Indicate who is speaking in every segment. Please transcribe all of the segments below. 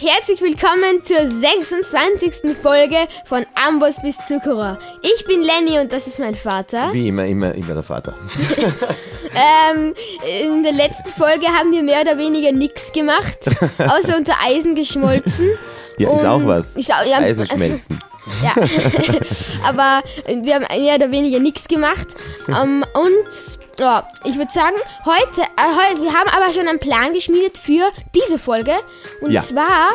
Speaker 1: herzlich willkommen zur 26. Folge von Amboss bis Zuckerer. Ich bin Lenny und das ist mein Vater.
Speaker 2: Wie immer, immer, immer der Vater.
Speaker 1: Ähm, in der letzten Folge haben wir mehr oder weniger nichts gemacht, außer unter Eisen geschmolzen.
Speaker 2: Ja, ist
Speaker 1: Und
Speaker 2: auch was.
Speaker 1: ist auch- ja.
Speaker 2: Eisen schmelzen.
Speaker 1: Ja. Aber wir haben mehr oder weniger nichts gemacht. Ähm, und ja, ich würde sagen, heute, äh, heute, wir haben aber schon einen Plan geschmiedet für diese Folge. Und
Speaker 2: Ja.
Speaker 1: zwar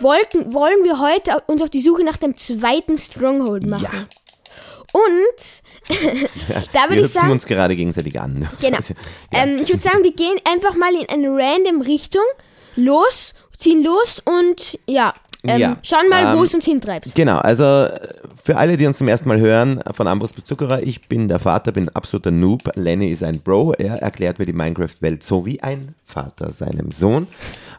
Speaker 1: wollten, wollen wir heute au- uns auf die Suche nach dem zweiten Stronghold machen.
Speaker 2: Ja.
Speaker 1: Und da
Speaker 2: Wir
Speaker 1: würde ich
Speaker 2: hüpfen
Speaker 1: sagen,
Speaker 2: uns gerade gegenseitig an.
Speaker 1: Genau.
Speaker 2: Ja.
Speaker 1: Ähm, ich würde sagen, wir gehen einfach mal in eine random Richtung los, ziehen los und ja, ähm,
Speaker 2: Ja.
Speaker 1: schauen mal, wo
Speaker 2: Ähm,
Speaker 1: es uns hintreibt.
Speaker 2: Genau, also äh, für alle, die uns zum ersten Mal hören, von Ambros bis Zuckerer, ich bin der Vater, bin absoluter Noob. Lenny ist ein Bro, er erklärt mir die Minecraft-Welt so wie ein Vater seinem Sohn.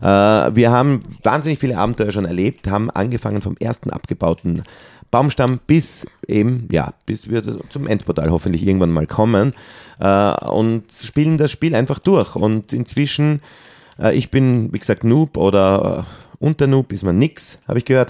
Speaker 2: Äh, wir haben wahnsinnig viele Abenteuer schon erlebt, haben angefangen vom ersten abgebauten Baumstamm bis eben, ja, bis wir zum Endportal hoffentlich irgendwann mal kommen äh, und spielen das Spiel einfach durch. Und inzwischen äh, Ich bin, wie gesagt, Noob oder äh, unter Noob ist man nix, habe ich gehört.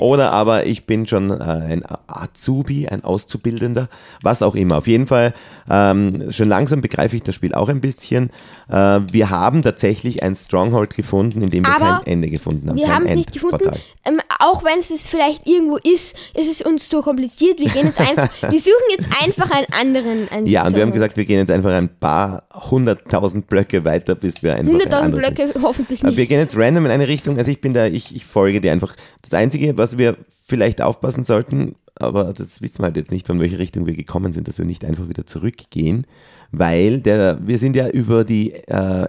Speaker 2: oder aber ich bin schon äh, ein Azubi, ein Auszubildender, was auch immer. Auf jeden Fall, ähm, schon langsam begreife ich das Spiel auch ein bisschen. Äh, wir haben tatsächlich ein Stronghold gefunden, in dem wir
Speaker 1: Aber
Speaker 2: kein Ende gefunden haben.
Speaker 1: Wir
Speaker 2: kein
Speaker 1: haben es nicht gefunden.
Speaker 2: Endportal.
Speaker 1: Ähm, auch wenn es es vielleicht irgendwo ist, ist es uns so kompliziert. Wir gehen jetzt einfach, wir suchen jetzt einfach einen anderen. Einen
Speaker 2: Ja, und wir haben
Speaker 1: Suchtraum.
Speaker 2: gesagt, wir gehen jetzt einfach ein paar hunderttausend Blöcke weiter, bis wir einfach ein
Speaker 1: 100.000
Speaker 2: anderes
Speaker 1: Blöcke hoffentlich
Speaker 2: Aber Äh, wir
Speaker 1: nicht.
Speaker 2: gehen jetzt random in eine Richtung. Also ich bin da, ich, ich folge dir einfach. Das Einzige, was wir vielleicht aufpassen sollten, aber das wissen wir halt jetzt nicht, von welcher Richtung wir gekommen sind, dass wir nicht einfach wieder zurückgehen, weil der, wir sind ja über die äh,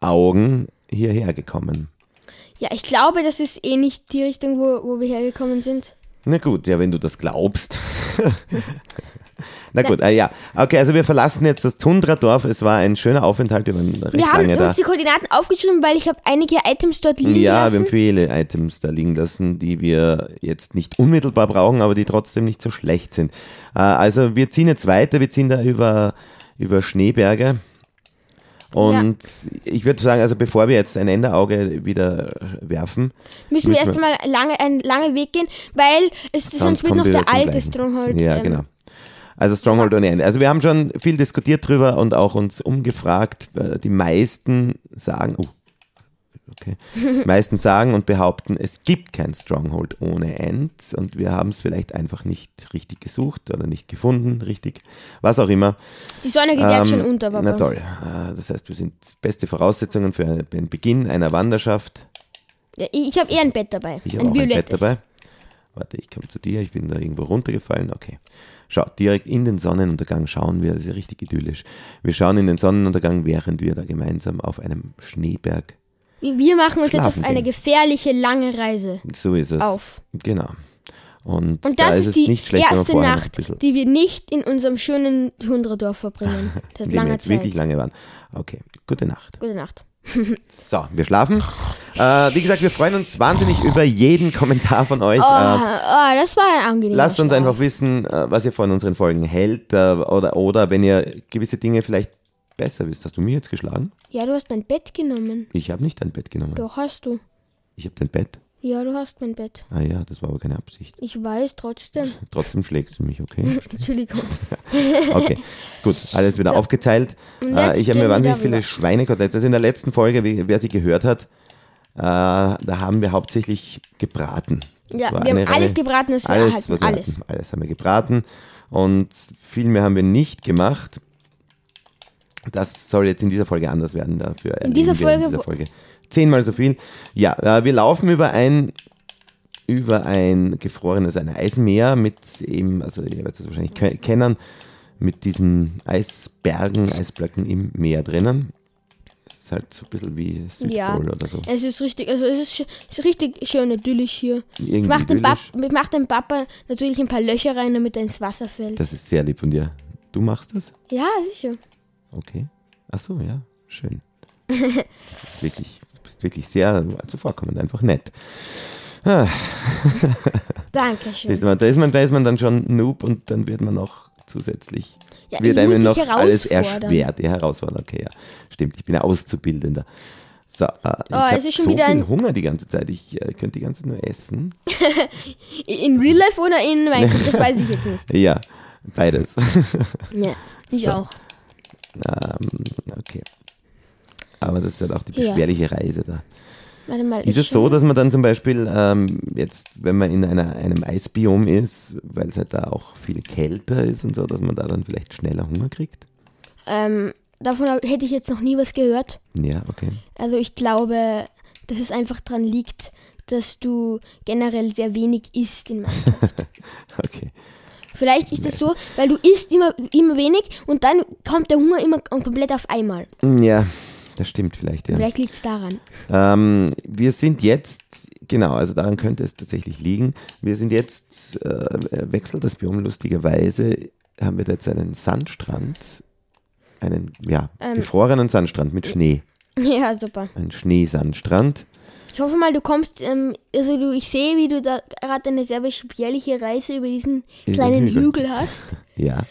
Speaker 2: Enderaugen hierher gekommen.
Speaker 1: Ja, ich glaube, das ist eh nicht die Richtung, wo, wo wir hergekommen sind.
Speaker 2: Na gut, ja, wenn du das glaubst. Na gut, äh, ja. Okay, also wir verlassen jetzt das Tundradorf. Es war ein schöner Aufenthalt. Wir waren recht
Speaker 1: Wir haben
Speaker 2: lange da.
Speaker 1: uns die Koordinaten aufgeschrieben, weil ich habe einige Items dort liegen
Speaker 2: Ja, wir
Speaker 1: gelassen.
Speaker 2: haben viele Items da liegen lassen, die wir jetzt nicht unmittelbar brauchen, aber die trotzdem nicht so schlecht sind. Äh, Also wir ziehen jetzt weiter, wir ziehen da über, über Schneeberge. Und ich würde sagen, also bevor wir jetzt ein Enderauge wieder werfen,
Speaker 1: müssen, wir
Speaker 2: Müssen wir-
Speaker 1: erstmal lange, einen langen Weg gehen, weil es, sonst wird
Speaker 2: kommen
Speaker 1: noch
Speaker 2: wir
Speaker 1: der
Speaker 2: zum
Speaker 1: alte
Speaker 2: Gleichen.
Speaker 1: Stronghold.
Speaker 2: Ja,
Speaker 1: ähm,
Speaker 2: genau. Also Stronghold ohne Ende. Also wir haben schon viel diskutiert drüber und auch uns umgefragt. Äh, Die meisten sagen, oh, okay. Die meisten sagen und behaupten, es gibt kein Stronghold ohne End und wir haben es vielleicht einfach nicht richtig gesucht oder nicht gefunden, richtig, was auch immer.
Speaker 1: Die Sonne geht jetzt schon
Speaker 2: Ähm,
Speaker 1: unter,
Speaker 2: Na
Speaker 1: Papa.
Speaker 2: toll. Äh, Das heißt, wir sind beste Voraussetzungen für den Beginn einer Wanderschaft.
Speaker 1: Ja, ich ich habe eher ein Bett dabei.
Speaker 2: Ich habe
Speaker 1: ein
Speaker 2: auch ein Bett
Speaker 1: violettes.
Speaker 2: dabei. Warte, ich komme zu dir. Ich bin da irgendwo runtergefallen. Okay. Schau, direkt in den Sonnenuntergang schauen wir. Das ist ja richtig idyllisch. Wir schauen in den Sonnenuntergang, während wir da gemeinsam auf einem Schneeberg.
Speaker 1: Wir wir machen uns jetzt
Speaker 2: Schlafen
Speaker 1: auf eine
Speaker 2: gehen.
Speaker 1: gefährliche, lange Reise
Speaker 2: So ist es.
Speaker 1: auf.
Speaker 2: Genau. Und,
Speaker 1: Und
Speaker 2: da
Speaker 1: das
Speaker 2: ist,
Speaker 1: ist,
Speaker 2: es
Speaker 1: die
Speaker 2: nicht schlecht, wenn man
Speaker 1: erste
Speaker 2: vorher noch ein
Speaker 1: Nacht,
Speaker 2: bisschen,
Speaker 1: die wir nicht in unserem schönen Hundredorf verbringen. Seit
Speaker 2: in dem wir
Speaker 1: langer
Speaker 2: jetzt
Speaker 1: Zeit.
Speaker 2: wirklich lange waren. Okay, gute Nacht.
Speaker 1: Gute Nacht.
Speaker 2: So, wir schlafen. Äh, wie gesagt, wir freuen uns wahnsinnig über jeden Kommentar von euch.
Speaker 1: Oh,
Speaker 2: Äh,
Speaker 1: oh, das war ein angenehmer
Speaker 2: Lasst uns
Speaker 1: Schlaf.
Speaker 2: einfach wissen, äh, was ihr von unseren Folgen hält äh, oder, oder wenn ihr gewisse Dinge vielleicht besser wisst. Hast du mir jetzt geschlagen?
Speaker 1: Ja, du hast mein Bett genommen.
Speaker 2: Ich habe nicht dein Bett genommen.
Speaker 1: Doch, hast du.
Speaker 2: Ich habe dein Bett.
Speaker 1: Ja, du hast mein Bett.
Speaker 2: Ah ja, das war aber keine Absicht.
Speaker 1: Ich weiß trotzdem.
Speaker 2: Trotzdem schlägst du mich, okay?
Speaker 1: Entschuldigung.
Speaker 2: Okay, gut, alles wieder aufgeteilt.
Speaker 1: jetzt
Speaker 2: Äh, ich habe
Speaker 1: gehen wir
Speaker 2: mir wahnsinnig
Speaker 1: darüber.
Speaker 2: viele Schweinekoteletts. Also in der letzten Folge, wie, wer sie gehört hat, äh, da haben wir hauptsächlich gebraten. Das
Speaker 1: Ja,
Speaker 2: war
Speaker 1: wir haben
Speaker 2: eine
Speaker 1: alles
Speaker 2: reine-
Speaker 1: gebraten, was wir
Speaker 2: alles,
Speaker 1: erhalten.
Speaker 2: was wir
Speaker 1: alles.
Speaker 2: hatten. Alles haben wir gebraten und viel mehr haben wir nicht gemacht. Das soll jetzt in dieser Folge anders werden. Dafür in
Speaker 1: dieser
Speaker 2: wir in
Speaker 1: Folge,
Speaker 2: dieser
Speaker 1: wo-
Speaker 2: Folge zehnmal so viel. Ja, äh, wir laufen über ein über ein gefrorenes, ein Eismeer mit eben, also ihr werdet es wahrscheinlich ke- kennen, mit diesen Eisbergen, Eisblöcken im Meer drinnen. Es ist halt so ein bisschen wie Südpol
Speaker 1: Ja.
Speaker 2: oder so.
Speaker 1: Es ist richtig, also es ist, sch- es ist richtig schön idyllisch hier.
Speaker 2: Irgendwie
Speaker 1: ich mach dem, Pap
Speaker 2: idyllisch.
Speaker 1: ich mach dem Papa natürlich ein paar Löcher rein, damit er ins Wasser fällt.
Speaker 2: Das ist sehr lieb von dir. Du machst das?
Speaker 1: ja, sicher.
Speaker 2: Okay. Ach so, ja, schön. Du bist wirklich, du bist wirklich sehr zuvorkommend, einfach nett. Da
Speaker 1: Dankeschön.
Speaker 2: ist, man, da, ist man, da ist man dann schon Noob und dann wird man noch zusätzlich,
Speaker 1: Ja, ich
Speaker 2: wird einem
Speaker 1: muss
Speaker 2: noch
Speaker 1: dich
Speaker 2: alles
Speaker 1: herausfordern.
Speaker 2: erschwert. Ja, herausfordern, okay, ja. Stimmt, ich bin ja Auszubildender. So, äh, ich
Speaker 1: Oh,
Speaker 2: hab
Speaker 1: es ist schon
Speaker 2: so
Speaker 1: wieder
Speaker 2: viel
Speaker 1: ein-
Speaker 2: Hunger die ganze Zeit. Ich äh, könnte die ganze Zeit nur essen.
Speaker 1: In Real Life oder in Minecraft, das weiß ich jetzt nicht.
Speaker 2: Ja, beides.
Speaker 1: Ja, ich auch.
Speaker 2: ähm, okay. Aber das ist halt auch die
Speaker 1: Ja.
Speaker 2: beschwerliche Reise da.
Speaker 1: Warte mal.
Speaker 2: Ist es so, dass man dann zum Beispiel ähm, jetzt, wenn man in einer, einem Eisbiom ist, weil es halt da auch viel kälter ist und so, dass man da dann vielleicht schneller Hunger kriegt?
Speaker 1: Ähm, davon hab- hätte ich jetzt noch nie was gehört.
Speaker 2: Ja, okay.
Speaker 1: Also ich glaube, dass es einfach dran liegt, dass du generell sehr wenig isst in Minecraft.
Speaker 2: Okay.
Speaker 1: Vielleicht ist es so, weil du isst immer, immer wenig und dann kommt der Hunger immer komplett auf einmal.
Speaker 2: Ja, das stimmt vielleicht, ja.
Speaker 1: Vielleicht liegt es daran.
Speaker 2: Ähm, wir sind jetzt, genau, also daran könnte es tatsächlich liegen. Wir sind jetzt, äh, wechselt das Biom lustigerweise, haben wir da jetzt einen Sandstrand, einen, ja, gefrorenen Sandstrand mit Schnee.
Speaker 1: Ja, super.
Speaker 2: Ein Schneesandstrand.
Speaker 1: Ich hoffe mal, du kommst, ähm, also du, ich sehe, wie du da gerade eine sehr beschwerliche Reise über diesen
Speaker 2: den
Speaker 1: kleinen
Speaker 2: Hügel.
Speaker 1: Hügel hast.
Speaker 2: Ja,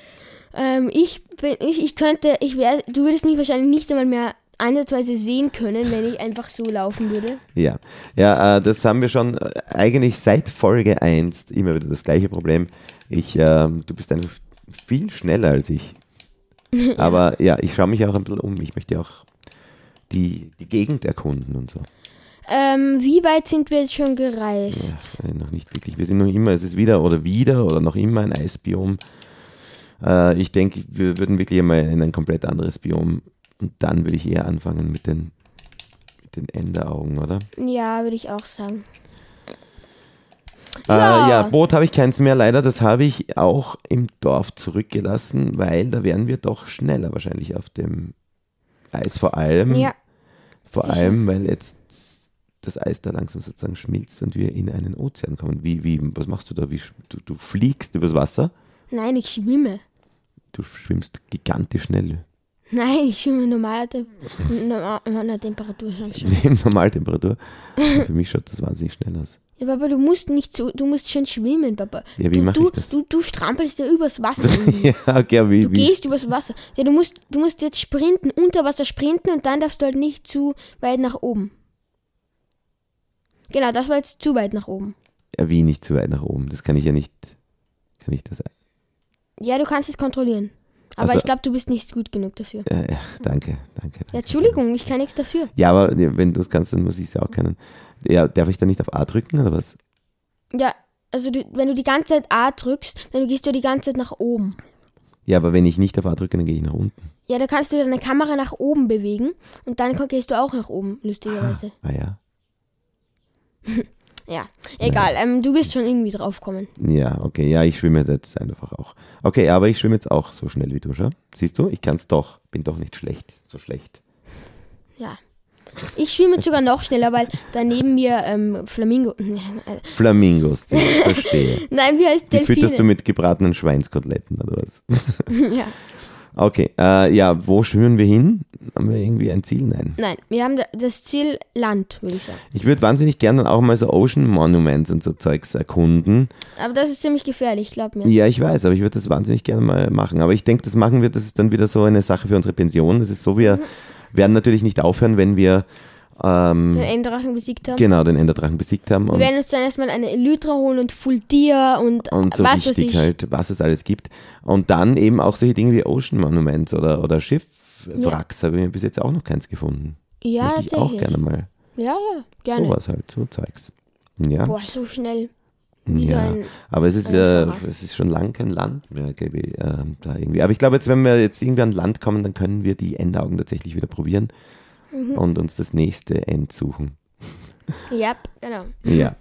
Speaker 1: Ähm, ich bin, ich, ich könnte, ich wäre, du würdest mich wahrscheinlich nicht einmal mehr ansatzweise sehen können, wenn ich einfach so laufen würde.
Speaker 2: ja. Ja, äh, das haben wir schon äh, eigentlich seit Folge 1 immer wieder das gleiche Problem. Ich, ähm, du bist einfach viel schneller als ich. Aber ja, ich schaue mich auch ein bisschen um. Ich möchte auch die, die Gegend erkunden und so.
Speaker 1: Ähm, wie weit sind wir jetzt schon gereist?
Speaker 2: Äh, noch nicht wirklich. Wir sind noch immer, es ist wieder oder wieder oder noch immer ein Eisbiom. Äh, ich denke, wir würden wirklich einmal in ein komplett anderes Biom. Und dann würde ich eher anfangen mit den, mit den Enderaugen, oder?
Speaker 1: Ja, würde ich auch sagen.
Speaker 2: Ja,
Speaker 1: Ja.
Speaker 2: äh, ja Boot habe ich keins mehr leider. Das habe ich auch im Dorf zurückgelassen, weil da wären wir doch schneller wahrscheinlich auf dem Eis. Vor allem,
Speaker 1: Ja,
Speaker 2: vor
Speaker 1: sicher.
Speaker 2: allem weil jetzt das Eis da langsam sozusagen schmilzt und wir in einen Ozean kommen. Wie, wie, was machst du da? Wie, sch- du, du fliegst übers Wasser.
Speaker 1: nein, ich schwimme.
Speaker 2: Du schwimmst gigantisch schnell.
Speaker 1: Nein, ich schwimme normaler, Tem normal- normaler Temperatur schon. schon.
Speaker 2: Neben Normaltemperatur. Für mich schaut das wahnsinnig schnell aus.
Speaker 1: Ja, Papa, du musst nicht so, du musst schon schwimmen, Papa.
Speaker 2: Ja, wie
Speaker 1: du,
Speaker 2: mach
Speaker 1: du,
Speaker 2: ich das?
Speaker 1: Du, du strampelst ja übers Wasser.
Speaker 2: ja, okay, aber wie,
Speaker 1: Du
Speaker 2: wie,
Speaker 1: gehst übers Wasser. Ja, du musst, du musst jetzt sprinten, unter Wasser sprinten und dann darfst du halt nicht zu weit nach oben. Genau, das war jetzt zu weit nach oben.
Speaker 2: ja, wie nicht zu weit nach oben. Das kann ich ja nicht. Kann ich das
Speaker 1: Ja, du kannst es kontrollieren. Aber
Speaker 2: Also-
Speaker 1: ich glaube, du bist nicht gut genug dafür.
Speaker 2: Ja, ja, danke, danke. danke.
Speaker 1: Ja, Entschuldigung, ich kann nichts dafür.
Speaker 2: Ja, aber wenn du es kannst, dann muss ich es ja auch können. Ja, darf ich da nicht auf A drücken oder was?
Speaker 1: Ja, also du, wenn du die ganze Zeit A drückst, dann gehst du die ganze Zeit nach oben.
Speaker 2: Ja, aber wenn ich nicht auf A drücke, dann gehe ich nach unten.
Speaker 1: Ja, da kannst du deine Kamera nach oben bewegen und dann ko- gehst du auch nach oben, lustigerweise.
Speaker 2: Ah ja.
Speaker 1: Ja, egal, ähm, du wirst schon irgendwie draufkommen.
Speaker 2: Ja, okay. Ja, ich schwimme jetzt einfach auch. Okay, aber ich schwimme jetzt auch so schnell wie du, schau. Siehst du, ich kann es doch. Bin doch nicht schlecht. So schlecht.
Speaker 1: Ja. Ich schwimme jetzt sogar noch schneller, weil da neben mir ähm, Flamingo.
Speaker 2: Flamingos, ich verstehe.
Speaker 1: Nein, wie heißt
Speaker 2: Die fütterst du
Speaker 1: Delfine?
Speaker 2: mit gebratenen Schweinskoteletten oder was?
Speaker 1: Ja.
Speaker 2: Okay, äh, ja, wo schwimmen wir hin? Haben wir irgendwie ein Ziel? Nein.
Speaker 1: Nein, wir haben da- das Ziel Land, würde ich sagen.
Speaker 2: Ich würde wahnsinnig gerne auch mal so Ocean Monuments und so Zeugs erkunden.
Speaker 1: Aber das ist ziemlich gefährlich, glaub mir.
Speaker 2: Ja, ich weiß, aber ich würde das wahnsinnig gerne mal machen. Aber ich denke, das machen wir, das ist dann wieder so eine Sache für unsere Pension. Das ist so, wir werden natürlich nicht aufhören, wenn wir ähm,
Speaker 1: Wenn wir einen Drachen besiegt haben.
Speaker 2: genau den Enderdrachen besiegt haben
Speaker 1: Wir
Speaker 2: und,
Speaker 1: werden uns dann erstmal eine Elytra holen und Fuldir und,
Speaker 2: und so
Speaker 1: was weiß
Speaker 2: wichtig
Speaker 1: ich.
Speaker 2: halt, was es alles gibt. Und dann eben auch solche Dinge wie Ocean Monuments oder, oder Schiffwracks habe ich bis jetzt auch noch keins gefunden.
Speaker 1: Ja,
Speaker 2: Möchte ich auch
Speaker 1: tatsächlich.
Speaker 2: gerne mal.
Speaker 1: Ja, ja, gerne.
Speaker 2: Sowas halt, so Zeugs. Ja,
Speaker 1: Boah, so schnell. Wie so
Speaker 2: ja.
Speaker 1: ein
Speaker 2: aber es ist,
Speaker 1: ein
Speaker 2: äh,
Speaker 1: Fahrrad.
Speaker 2: es ist schon lang kein Land mehr, glaube ich, ähm, da irgendwie. Aber ich glaube, jetzt, wenn wir jetzt irgendwie an Land kommen, dann können wir die Endaugen tatsächlich wieder probieren und uns das nächste End suchen.
Speaker 1: Ja, genau.
Speaker 2: Ja.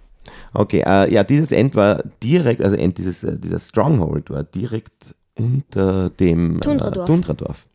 Speaker 2: Okay, äh, ja, dieses End war direkt, also End, dieses, äh, dieser Stronghold war direkt unter dem äh,
Speaker 1: Tundradorf.
Speaker 2: Tundradorf.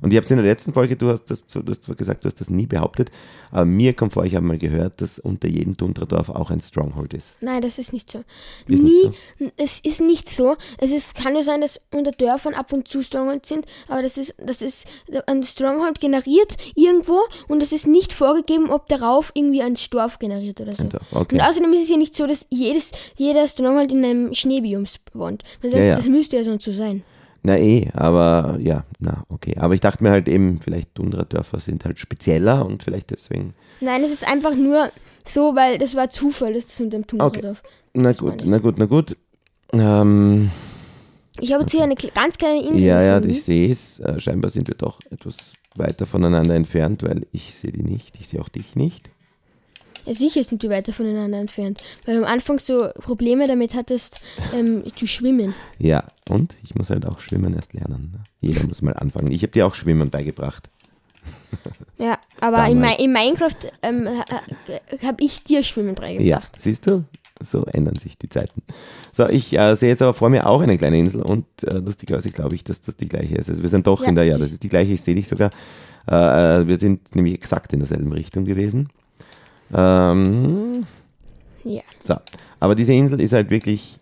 Speaker 2: Und ihr habt in der letzten Folge, du hast das, zu- du hast zwar gesagt, du hast das nie behauptet, aber mir kommt vor, ich habe mal gehört, dass unter jedem Tundradorf auch ein Stronghold ist.
Speaker 1: Nein, das ist nicht so.
Speaker 2: Ist
Speaker 1: Nie,
Speaker 2: nicht
Speaker 1: es ist nicht so. Es ist, kann nur sein, dass unter Dörfern ab und zu Strongholds sind, aber das ist, das ist ein Stronghold generiert irgendwo und es ist nicht vorgegeben, ob darauf irgendwie ein Dorf generiert oder so.
Speaker 2: Ein Dorf, okay.
Speaker 1: Und außerdem ist es ja nicht so, dass jedes, jeder Stronghold in einem Schneebiom spawnt. Also
Speaker 2: Ja, ja.
Speaker 1: Das müsste ja sonst so sein.
Speaker 2: Na eh, aber ja, na okay. Aber ich dachte mir halt eben, vielleicht Tundra-Dörfer sind halt spezieller und vielleicht deswegen.
Speaker 1: Nein, es ist einfach nur so, weil das war Zufall, dass das mit dem Tundradorf.
Speaker 2: Na
Speaker 1: Das
Speaker 2: gut,
Speaker 1: meine ich.
Speaker 2: na gut, na gut. Ähm,
Speaker 1: Ich habe jetzt hier eine kle- ganz kleine Insel.
Speaker 2: ja, ja,
Speaker 1: gefunden.
Speaker 2: ich sehe es. Äh, scheinbar sind wir doch etwas weiter voneinander entfernt, weil ich sehe die nicht. Ich sehe auch dich nicht.
Speaker 1: Ja, sicher sind die weiter voneinander entfernt, weil du am Anfang so Probleme damit hattest, ähm, zu schwimmen.
Speaker 2: Ja, und ich muss halt auch schwimmen erst lernen. Ne? Jeder muss mal anfangen. Ich habe dir auch Schwimmen beigebracht.
Speaker 1: Ja, aber in,
Speaker 2: Damals.
Speaker 1: Mi- in Minecraft ähm, habe ich dir Schwimmen beigebracht.
Speaker 2: Ja, siehst du? So ändern sich die Zeiten. So, ich äh, sehe jetzt aber vor mir auch eine kleine Insel und äh, lustigerweise glaube ich, dass das die gleiche ist. Also wir sind doch
Speaker 1: Ja,
Speaker 2: in der, ja,
Speaker 1: ich-
Speaker 2: das ist die gleiche, ich sehe dich sogar. Äh, äh, wir sind nämlich exakt in derselben Richtung gewesen. Ähm,
Speaker 1: Ja.
Speaker 2: so, aber diese Insel ist halt wirklich.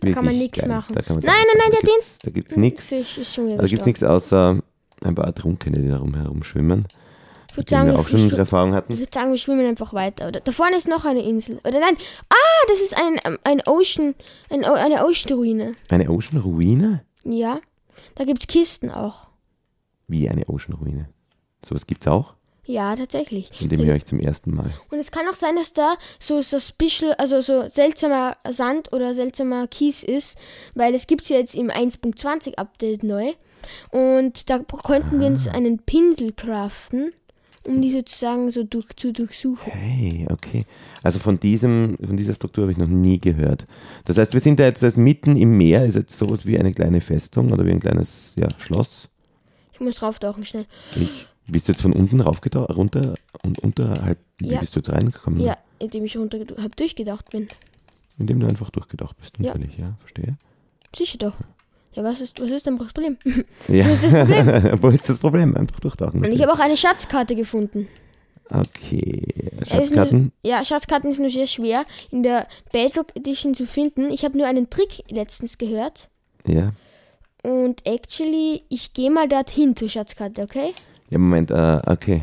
Speaker 2: Da
Speaker 1: kann man nichts machen.
Speaker 2: Da kann man
Speaker 1: Nein,
Speaker 2: gar nichts
Speaker 1: nein,
Speaker 2: machen.
Speaker 1: nein,
Speaker 2: Da
Speaker 1: der
Speaker 2: gibt's- Da gibt es nichts.
Speaker 1: Fisch ist schon wieder
Speaker 2: Da gibt es
Speaker 1: gestorben.
Speaker 2: Also nichts außer ein paar Ertrunkene, die da rum herumschwimmen,
Speaker 1: Ich würde
Speaker 2: die
Speaker 1: sagen,
Speaker 2: wir
Speaker 1: wir
Speaker 2: auch schon unsere
Speaker 1: schwimmen-
Speaker 2: Erfahrung
Speaker 1: ich
Speaker 2: hatten.
Speaker 1: würd sagen, wir schwimmen einfach weiter. Oder da vorne ist noch eine Insel. Oder nein. Ah, das ist ein, ähm, ein Ocean, ein, O- eine Ocean-Ruine.
Speaker 2: Eine Ocean-Ruine?
Speaker 1: Ja. Da gibt es Kisten auch.
Speaker 2: Wie eine Ocean-Ruine. Sowas gibt's auch?
Speaker 1: Ja, tatsächlich.
Speaker 2: Von dem höre ich zum ersten Mal.
Speaker 1: Und es kann auch sein, dass da so so Special, also so seltsamer Sand oder seltsamer Kies ist, weil es gibt ja jetzt im 1.20 Update neu. Und da konnten wir uns einen Pinsel craften, um die sozusagen so durch, zu durchsuchen.
Speaker 2: Hey, okay. Also von, diesem, von dieser Struktur habe ich noch nie gehört. Das heißt, wir sind da jetzt das mitten im Meer, ist jetzt sowas wie eine kleine Festung oder wie ein kleines ja, Schloss.
Speaker 1: Ich muss rauftauchen schnell.
Speaker 2: Ich, bist du jetzt von unten raufgetaucht, runter und unterhalb, wie
Speaker 1: Ja.
Speaker 2: bist du jetzt reingekommen?
Speaker 1: Ja, indem ich runter hab durchgedacht bin.
Speaker 2: Indem du einfach durchgedacht bist,
Speaker 1: Ja.
Speaker 2: natürlich, ja, verstehe.
Speaker 1: Sicher doch. Ja, was ist, was ist denn das Problem?
Speaker 2: Ja. Wo ist das Problem? Einfach durchtauchen.
Speaker 1: Und ich habe auch eine Schatzkarte gefunden.
Speaker 2: Okay,
Speaker 1: Er ist
Speaker 2: Schatzkarten.
Speaker 1: Nur, ja, Schatzkarten ist nur sehr schwer in der Bedrock Edition zu finden. Ich habe nur einen Trick letztens gehört.
Speaker 2: Ja.
Speaker 1: Und actually, ich gehe mal dorthin zur Schatzkarte, okay?
Speaker 2: Ja, Moment, äh, okay.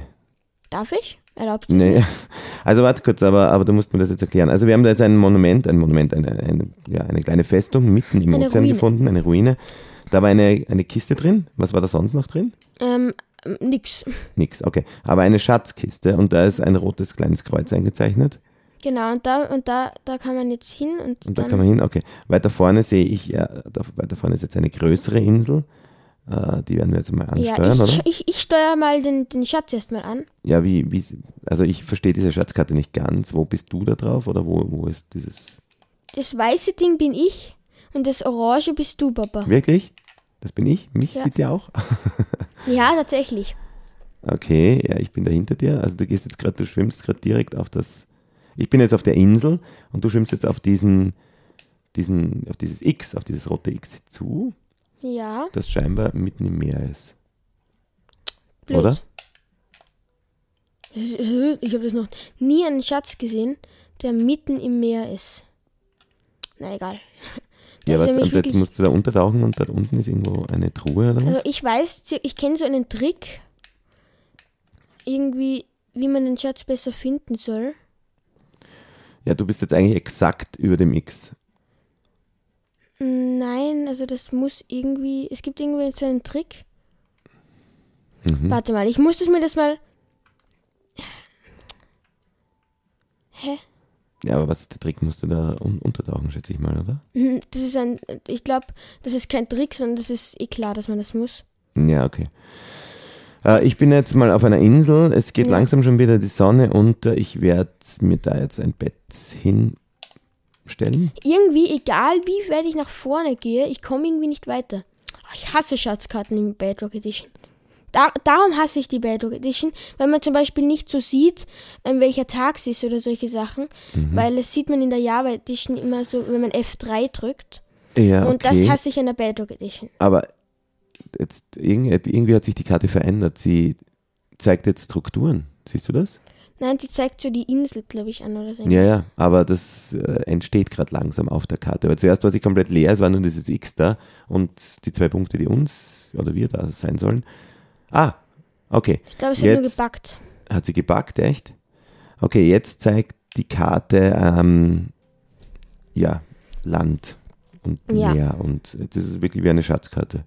Speaker 1: Darf ich? Erlaubst du es
Speaker 2: Nee.
Speaker 1: mir?
Speaker 2: Also warte kurz, aber, aber du musst mir das jetzt erklären. Also wir haben da jetzt ein Monument, ein Monument, eine, eine, ja, eine kleine Festung mitten im
Speaker 1: Eine
Speaker 2: Ozean
Speaker 1: Ruine.
Speaker 2: gefunden, eine Ruine. Da war eine, eine Kiste drin. Was war da sonst noch drin?
Speaker 1: Ähm, ähm, nix.
Speaker 2: Nix, okay. Aber eine Schatzkiste und da ist ein rotes kleines Kreuz eingezeichnet.
Speaker 1: Genau, und da und da, da kann man jetzt hin und,
Speaker 2: Und da
Speaker 1: dann.
Speaker 2: kann man hin, okay. Weiter vorne sehe ich, ja, da, weiter vorne ist jetzt eine größere Insel. Äh, die werden wir jetzt mal
Speaker 1: ja,
Speaker 2: ansteuern, oder?
Speaker 1: ich, ich, ich steuere mal den, den Schatz erstmal an.
Speaker 2: Ja, wie, wie, also ich verstehe diese Schatzkarte nicht ganz. Wo bist du da drauf oder wo, wo ist dieses?
Speaker 1: Das weiße Ding bin ich und das orange bist du, Papa.
Speaker 2: Wirklich? Das bin ich? Mich
Speaker 1: Ja.
Speaker 2: sieht ihr auch?
Speaker 1: Ja, tatsächlich.
Speaker 2: Okay, ja, ich bin da hinter dir. Also du gehst jetzt gerade, du schwimmst gerade direkt auf das. Ich bin jetzt auf der Insel und du schwimmst jetzt auf diesen, diesen, auf dieses X, auf dieses rote X zu,
Speaker 1: Ja,
Speaker 2: das scheinbar mitten im Meer ist.
Speaker 1: blöd.
Speaker 2: Oder?
Speaker 1: Das ist- äh, Ich habe das noch nie einen Schatz gesehen, der mitten im Meer ist. Na egal.
Speaker 2: Ja,
Speaker 1: Das ist nämlich
Speaker 2: was, und jetzt
Speaker 1: Also wirklich-
Speaker 2: musst du da untertauchen und da unten ist irgendwo eine Truhe oder
Speaker 1: Also
Speaker 2: was?
Speaker 1: ich weiß, zi- ich kenne so einen Trick, irgendwie, wie man den Schatz besser finden soll.
Speaker 2: Ja, du bist jetzt eigentlich exakt über dem X.
Speaker 1: Nein, also das muss irgendwie, es gibt irgendwie so einen Trick. Warte mal, ich muss das mir das mal. Hä?
Speaker 2: Ja, aber was ist der Trick? Musst du da un untertauchen, schätze ich mal, oder?
Speaker 1: Hm, Das ist ein, ich glaube, das ist kein Trick, sondern das ist eh klar, dass man das muss.
Speaker 2: Ja, okay. Äh, Ich bin jetzt mal auf einer Insel. Es geht
Speaker 1: Ja.
Speaker 2: langsam schon wieder die Sonne unter. Ich werde mir da jetzt ein Bett hinstellen.
Speaker 1: Irgendwie, egal wie weit ich nach vorne gehe, ich komme irgendwie nicht weiter. Ah, Ich hasse Schatzkarten in Bedrock Edition. Da, darum hasse ich die Bedrock Edition, weil man zum Beispiel nicht so sieht, ähm, welcher Tag es ist oder solche Sachen,
Speaker 2: Mhm.
Speaker 1: weil das sieht man in der Java Edition immer so, wenn man F3 drückt.
Speaker 2: Ja, okay.
Speaker 1: Und das hasse ich in der Bedrock Edition.
Speaker 2: Aber jetzt irgend- irgendwie hat sich die Karte verändert. Sie zeigt jetzt Strukturen. Siehst du das?
Speaker 1: Nein, sie zeigt so die Insel, glaube ich, an oder so.
Speaker 2: Ja, ja. Aber das äh, entsteht gerade langsam auf der Karte. Weil zuerst war sie komplett leer. Es war nur dieses X da. Und die zwei Punkte, die uns oder wir da sein sollen. Ah, okay.
Speaker 1: Ich glaube, es hat nur
Speaker 2: Jetzt-
Speaker 1: gebackt.
Speaker 2: Hat sie gebackt, echt? Okay, jetzt zeigt die Karte, ähm, ja, Land und
Speaker 1: Ja.
Speaker 2: mehr. Und das ist wirklich wie eine Schatzkarte.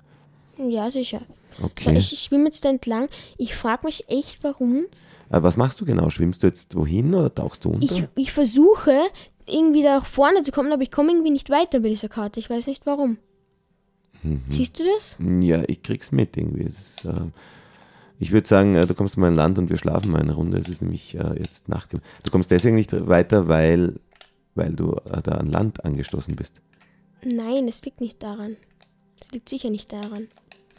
Speaker 1: Ja, sicher. So,
Speaker 2: Okay.
Speaker 1: ich schwimme jetzt da entlang. Ich frage mich echt, warum.
Speaker 2: Aber was machst du genau? Schwimmst du jetzt wohin oder tauchst du unter?
Speaker 1: Ich, ich versuche irgendwie da vorne zu kommen, aber ich komme irgendwie nicht weiter mit dieser Karte. Ich weiß nicht warum.
Speaker 2: Mhm.
Speaker 1: Siehst du das?
Speaker 2: ja, ich krieg's mit irgendwie. Es ist, ähm, ich würde sagen, äh, du kommst mal an Land und wir schlafen mal eine Runde. Es ist nämlich äh, jetzt Nacht. geworden. Du kommst deswegen nicht weiter, weil, weil du äh, da an Land angestoßen bist.
Speaker 1: Nein, es liegt nicht daran. Es liegt sicher nicht daran.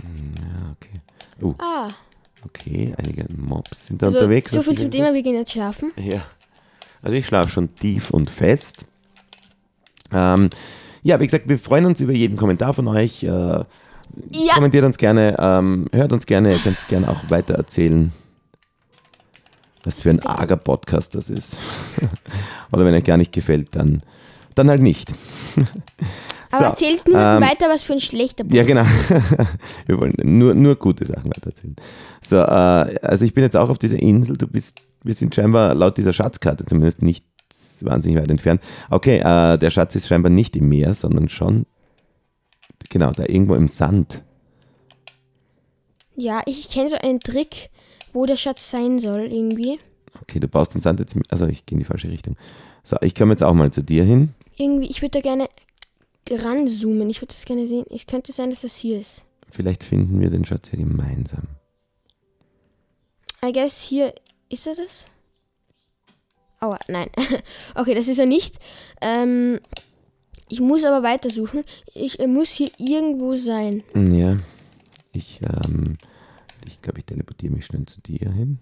Speaker 2: Ja, okay. Oh,
Speaker 1: Ah,
Speaker 2: okay. Einige Mobs sind da
Speaker 1: so,
Speaker 2: unterwegs.
Speaker 1: Also,
Speaker 2: also
Speaker 1: so viel zum
Speaker 2: Natürlich.
Speaker 1: Thema, wir gehen jetzt schlafen.
Speaker 2: Ja. Also ich schlafe schon tief und fest. Ähm, ja, wie gesagt, wir freuen uns über jeden Kommentar von euch. Äh,
Speaker 1: Ja,
Speaker 2: Kommentiert uns gerne, ähm, hört uns gerne, ihr könnt gerne auch weitererzählen, was für ein arger Podcast das ist. Oder wenn euch gar nicht gefällt, dann, dann halt nicht.
Speaker 1: aber
Speaker 2: so, Ähm,
Speaker 1: erzählt nur weiter, was für ein schlechter Buch.
Speaker 2: Ja, genau. Wir wollen nur, nur gute Sachen weitererzählen. So, äh, also ich bin jetzt auch auf dieser Insel. Du bist, wir sind scheinbar laut dieser Schatzkarte zumindest nicht wahnsinnig weit entfernt. Okay, äh, der Schatz ist scheinbar nicht im Meer, sondern schon, genau, da irgendwo im Sand.
Speaker 1: Ja, ich kenne so einen Trick, wo der Schatz sein soll, irgendwie.
Speaker 2: Okay, du baust den Sand jetzt. Also ich gehe in die falsche Richtung. So, ich komme jetzt auch mal zu dir hin.
Speaker 1: Irgendwie, ich würde da gerne ranzoomen. Ich würde das gerne sehen. Es könnte sein, dass das hier ist.
Speaker 2: Vielleicht finden wir den Schatz ja gemeinsam.
Speaker 1: I guess hier ist er das? Aua, nein. okay, das ist er nicht. Ähm, ich muss aber weitersuchen. Ich äh, muss hier irgendwo sein.
Speaker 2: Ja. Ich, ähm, ich glaube, ich teleportiere mich schnell zu dir hin.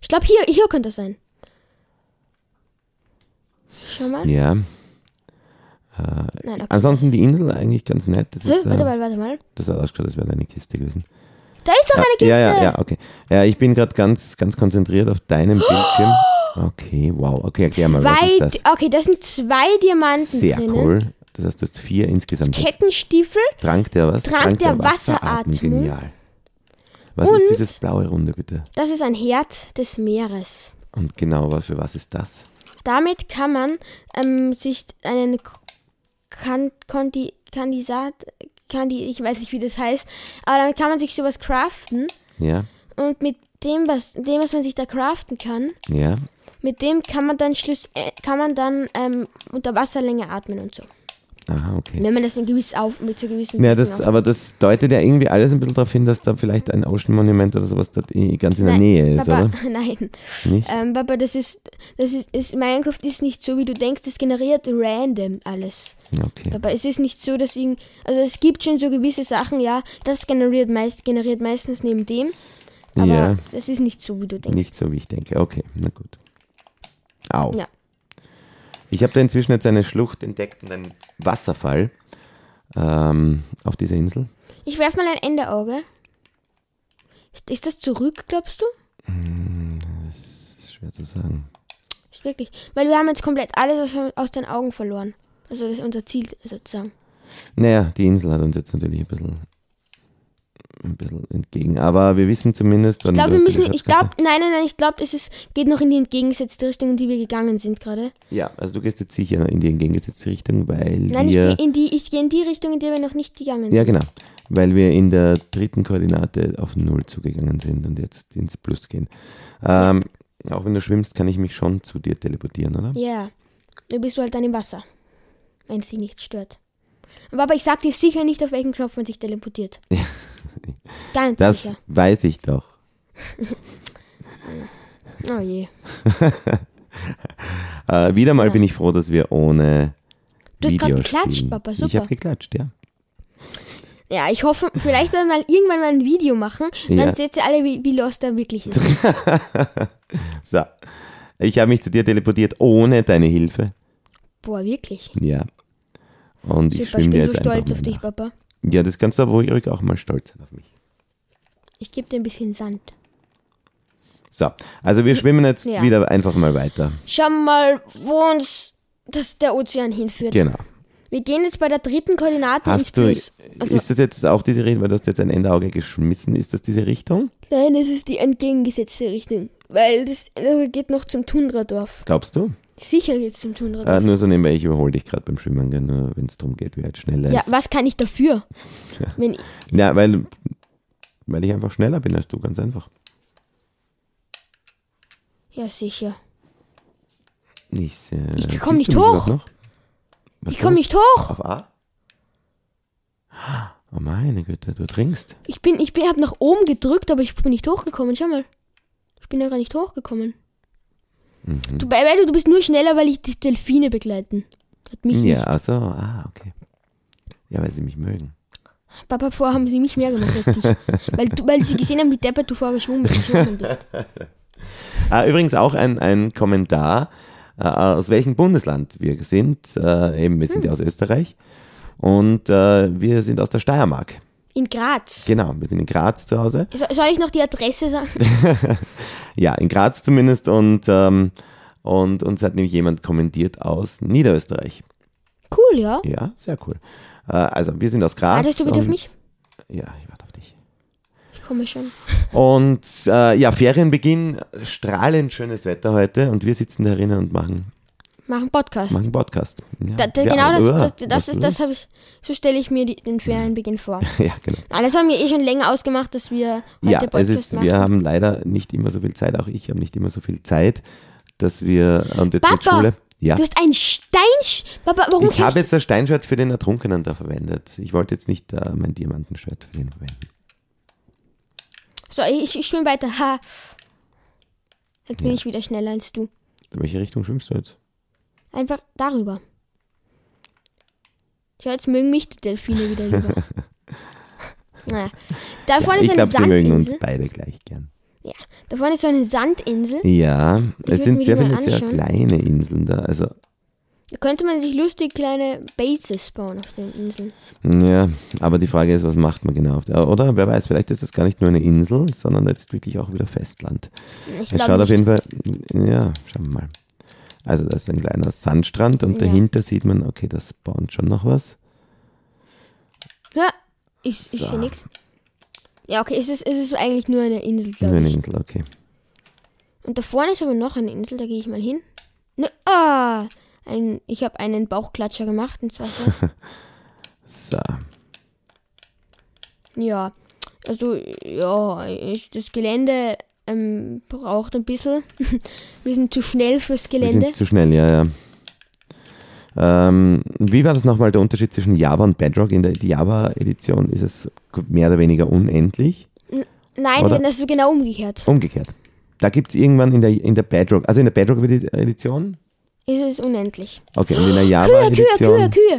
Speaker 1: Ich glaube, hier, hier könnte es sein. Schau mal.
Speaker 2: Ja.
Speaker 1: Nein, okay.
Speaker 2: Ansonsten die Insel eigentlich ganz nett. Das
Speaker 1: Hä,
Speaker 2: ist,
Speaker 1: warte
Speaker 2: äh,
Speaker 1: mal, warte mal.
Speaker 2: das hat ausgeschaut, als wäre da eine Kiste gewesen.
Speaker 1: Da ist doch eine Kiste.
Speaker 2: Ja, ja, ja, okay. Ja, ich bin gerade ganz, ganz konzentriert auf deinem Bildschirm. Okay, wow. Okay, erklär mal, was
Speaker 1: Zwei,
Speaker 2: ist das?
Speaker 1: Okay, das sind zwei Diamanten
Speaker 2: Sehr
Speaker 1: drinnen.
Speaker 2: cool. Das heißt, du hast vier insgesamt.
Speaker 1: Kettenstiefel.
Speaker 2: Trank der was?
Speaker 1: Trank der Wasseratmung.
Speaker 2: Genial. Was ist
Speaker 1: Und-
Speaker 2: dieses blaue Runde bitte?
Speaker 1: Das ist ein Herz des Meeres.
Speaker 2: Und genau, was für was ist das?
Speaker 1: Damit kann man ähm, sich einen K- kan Kondi Kandisat, Kandi, ich weiß nicht, wie das heißt, aber damit kann man sich sowas craften
Speaker 2: Ja,
Speaker 1: und mit dem, was, dem, was man sich da craften kann,
Speaker 2: ja.
Speaker 1: mit dem kann man dann Schluss, äh, kann man dann ähm, unter Wasser länger atmen und so.
Speaker 2: Aha, okay.
Speaker 1: Wenn man das in gewiss auf, mit so gewissen
Speaker 2: Ja,
Speaker 1: Dicken
Speaker 2: das,
Speaker 1: auf-
Speaker 2: aber das deutet ja irgendwie alles ein bisschen darauf hin, dass da vielleicht ein Ocean Monument oder sowas dort eh ganz in der
Speaker 1: Nein,
Speaker 2: Nähe ist,
Speaker 1: Papa,
Speaker 2: oder?
Speaker 1: Nein.
Speaker 2: Nicht?
Speaker 1: Ähm, Papa, das ist, das ist, ist, Minecraft ist nicht so, wie du denkst, das generiert random alles.
Speaker 2: Okay.
Speaker 1: Aber es ist nicht so, dass irgend. Also es gibt schon so gewisse Sachen, ja, das generiert, meist, generiert meistens neben dem. Aber
Speaker 2: Ja.
Speaker 1: es ist nicht so, wie du denkst.
Speaker 2: Nicht so, wie ich denke. Okay, na gut. Au.
Speaker 1: Ja.
Speaker 2: Ich habe da inzwischen jetzt eine Schlucht entdeckt und einen Wasserfall ähm, auf dieser Insel.
Speaker 1: Ich werf mal ein Enderauge. Ist, ist das zurück, glaubst du?
Speaker 2: Das ist schwer zu sagen.
Speaker 1: Ist wirklich. Weil wir haben jetzt komplett alles aus, aus den Augen verloren. Also das ist unser Ziel sozusagen.
Speaker 2: Naja, die Insel hat uns jetzt natürlich ein bisschen, ein bisschen entgegen. Aber wir wissen zumindest, wann
Speaker 1: Ich glaube,
Speaker 2: du
Speaker 1: wir
Speaker 2: hast die
Speaker 1: müssen. Ich glaube,
Speaker 2: Schatzkarte-
Speaker 1: nein, nein, nein, ich glaube, es ist, geht noch in die entgegengesetzte Richtung, in die wir gegangen sind gerade.
Speaker 2: Ja, also du gehst jetzt sicher in die entgegengesetzte Richtung, weil
Speaker 1: Nein,
Speaker 2: wir.
Speaker 1: ich gehe in die, ich gehe in die Richtung, in die wir noch nicht gegangen sind.
Speaker 2: ja, genau. Weil wir in der dritten Koordinate auf Null zugegangen sind und jetzt ins Plus gehen. Ähm, Auch wenn du schwimmst, kann ich mich schon zu dir teleportieren, oder?
Speaker 1: Ja, du bist du halt dann im Wasser, wenn es dich nicht stört. Aber ich sag dir sicher nicht, auf welchen Knopf man sich teleportiert. Ganz
Speaker 2: Das
Speaker 1: sicher.
Speaker 2: weiß ich doch.
Speaker 1: Oh je.
Speaker 2: Äh, wieder mal bin ich froh, dass wir ohne.
Speaker 1: Du hast grad
Speaker 2: Video
Speaker 1: geklatscht,
Speaker 2: spielen.
Speaker 1: Papa,
Speaker 2: Ich habe
Speaker 1: super.
Speaker 2: geklatscht, ja.
Speaker 1: Ja, ich hoffe, vielleicht werden wir irgendwann mal ein Video machen,
Speaker 2: Ja.
Speaker 1: dann seht ihr alle, wie, wie lost er wirklich ist.
Speaker 2: So. Ich habe mich zu dir teleportiert ohne deine Hilfe.
Speaker 1: Boah, wirklich.
Speaker 2: Ja. Und ich
Speaker 1: Super, ich
Speaker 2: schwimme dir
Speaker 1: bin so
Speaker 2: jetzt
Speaker 1: stolz
Speaker 2: einfach
Speaker 1: auf
Speaker 2: mal
Speaker 1: dich, Papa.
Speaker 2: nach. Ja, das kannst du aber ruhig auch mal stolz sein auf mich.
Speaker 1: Ich gebe dir ein bisschen Sand.
Speaker 2: So, also wir schwimmen jetzt
Speaker 1: Hm. Ja.
Speaker 2: wieder einfach mal weiter.
Speaker 1: Schau mal, wo uns das, der Ozean hinführt.
Speaker 2: Genau.
Speaker 1: Wir gehen jetzt bei der dritten Koordinate ins
Speaker 2: Hast du,
Speaker 1: Plus. Also,
Speaker 2: ist das jetzt auch diese Richtung, weil du hast jetzt ein Enderauge geschmissen, ist das diese Richtung?
Speaker 1: nein, es ist die entgegengesetzte Richtung. Weil das geht noch zum Tundradorf.
Speaker 2: Glaubst du?
Speaker 1: Sicher geht's zum
Speaker 2: Äh,
Speaker 1: Tundradorf.
Speaker 2: nur so nebenbei, ich überhole dich gerade beim Schwimmen, gell, nur wenn es darum geht, wer halt schneller
Speaker 1: ja,
Speaker 2: ist.
Speaker 1: was kann ich dafür? Wenn,
Speaker 2: Ja, weil, weil ich einfach schneller bin als du, ganz einfach.
Speaker 1: ja, sicher.
Speaker 2: Ich, äh,
Speaker 1: Ich
Speaker 2: siehst
Speaker 1: komm
Speaker 2: du
Speaker 1: nicht
Speaker 2: mich
Speaker 1: hoch.
Speaker 2: überhaupt Noch? Was Ah.
Speaker 1: Ich komme
Speaker 2: los?
Speaker 1: nicht hoch.
Speaker 2: Auf A? Oh meine Güte, du trinkst.
Speaker 1: Ich bin, ich bin, hab nach oben gedrückt, aber ich bin nicht hochgekommen. Schau mal. Ich bin einfach nicht hochgekommen.
Speaker 2: Mhm.
Speaker 1: Du, bei- weil du, du bist nur schneller, weil ich die Delfine begleiten. Hat mich
Speaker 2: ja,
Speaker 1: nicht.
Speaker 2: also, ah, okay. Ja, weil sie mich mögen.
Speaker 1: Papa, vorher haben sie mich mehr gemacht als dich. weil, du, weil sie gesehen haben, wie deppert du vorher geschwommen geschwommen bist.
Speaker 2: Ah, übrigens auch ein, ein Kommentar, äh, aus welchem Bundesland wir sind. Äh, eben, wir sind ja
Speaker 1: Hm.
Speaker 2: aus Österreich. Und äh, wir sind aus der Steiermark.
Speaker 1: In Graz.
Speaker 2: Genau, wir sind in Graz zu Hause.
Speaker 1: So, soll ich noch die Adresse sagen?
Speaker 2: Ja, in Graz zumindest. Und, ähm, und uns hat nämlich jemand kommentiert aus Niederösterreich.
Speaker 1: Cool, ja.
Speaker 2: Ja, sehr cool. Äh, also, wir sind aus Graz.
Speaker 1: Wartest du bitte auf
Speaker 2: und-
Speaker 1: mich?
Speaker 2: Ja, ich warte auf dich.
Speaker 1: Ich komme schon.
Speaker 2: Und äh, ja, Ferienbeginn, strahlend schönes Wetter heute und wir sitzen drinnen und machen,
Speaker 1: Machen Podcast.
Speaker 2: machen Podcast. Ja,
Speaker 1: Da, da,
Speaker 2: ja,
Speaker 1: genau
Speaker 2: oder?
Speaker 1: das, das,
Speaker 2: Was
Speaker 1: das ist, das habe ich, so stelle ich mir die, den Ferienbeginn vor.
Speaker 2: Ja, genau.
Speaker 1: Ah, das haben wir eh schon länger ausgemacht, dass wir heute
Speaker 2: Ja,
Speaker 1: Podcast
Speaker 2: es ist,
Speaker 1: machen.
Speaker 2: wir haben leider nicht immer so viel Zeit, auch ich habe nicht immer so viel Zeit, dass wir, und jetzt wird
Speaker 1: Papa,
Speaker 2: Schule. Ja,
Speaker 1: Du hast einen Stein... Papa, warum
Speaker 2: ich
Speaker 1: kämpfst
Speaker 2: habe jetzt das Steinschwert für den Ertrunkenen da verwendet. Ich wollte jetzt nicht äh, mein Diamantenschwert für den verwenden.
Speaker 1: So, ich, ich schwimme weiter. Ha. Jetzt bin ich wieder schneller als du.
Speaker 2: In welche Richtung schwimmst du jetzt?
Speaker 1: Einfach darüber. Tja, jetzt mögen mich die Delfine wieder lieber. naja. Da vorne
Speaker 2: ich
Speaker 1: ist eine
Speaker 2: glaube, sie mögen uns
Speaker 1: Sandinsel.
Speaker 2: beide gleich gern.
Speaker 1: Ja, da vorne ist so eine Sandinsel.
Speaker 2: Ja,
Speaker 1: würd
Speaker 2: es sind
Speaker 1: mir
Speaker 2: sehr
Speaker 1: die mal
Speaker 2: viele sehr
Speaker 1: anschauen.
Speaker 2: kleine Inseln da. Also
Speaker 1: Da könnte man sich lustig kleine Bases bauen auf den Inseln.
Speaker 2: Ja, aber die Frage ist, was macht man genau? auf der- Oder wer weiß, vielleicht ist es gar nicht nur eine Insel, sondern jetzt wirklich auch wieder Festland.
Speaker 1: Ich
Speaker 2: Es schaut
Speaker 1: glaube
Speaker 2: auf
Speaker 1: nicht.
Speaker 2: jeden Fall, ja, schauen wir mal. Also das ist ein kleiner Sandstrand und
Speaker 1: Ja.
Speaker 2: dahinter sieht man, okay, das baut schon noch was.
Speaker 1: Ja, ich, ich
Speaker 2: So.
Speaker 1: sehe nichts. Ja, okay, es ist, es ist eigentlich nur eine Insel,
Speaker 2: Nur
Speaker 1: glaube
Speaker 2: eine
Speaker 1: ich.
Speaker 2: Insel, okay.
Speaker 1: Und da vorne ist aber noch eine Insel, da gehe ich mal hin. Ne, ah, ein, ich habe einen Bauchklatscher gemacht ins Wasser.
Speaker 2: So,
Speaker 1: ja, also, ja, ich, das Gelände ähm, braucht ein bisschen. Wir sind zu schnell fürs
Speaker 2: wir
Speaker 1: Gelände.
Speaker 2: sind zu schnell, ja, ja. Ähm, wie war das nochmal der Unterschied zwischen Java und Bedrock? In der Java-Edition ist es mehr oder weniger unendlich.
Speaker 1: Nein,
Speaker 2: oder?
Speaker 1: das ist genau umgekehrt.
Speaker 2: Umgekehrt. Da gibt es irgendwann in der, in der Bedrock, also in der Bedrock-Edition,
Speaker 1: Es ist unendlich.
Speaker 2: Okay, und in der
Speaker 1: Kühe, Kühe, Kühe,
Speaker 2: Java-Edition.
Speaker 1: Kühe.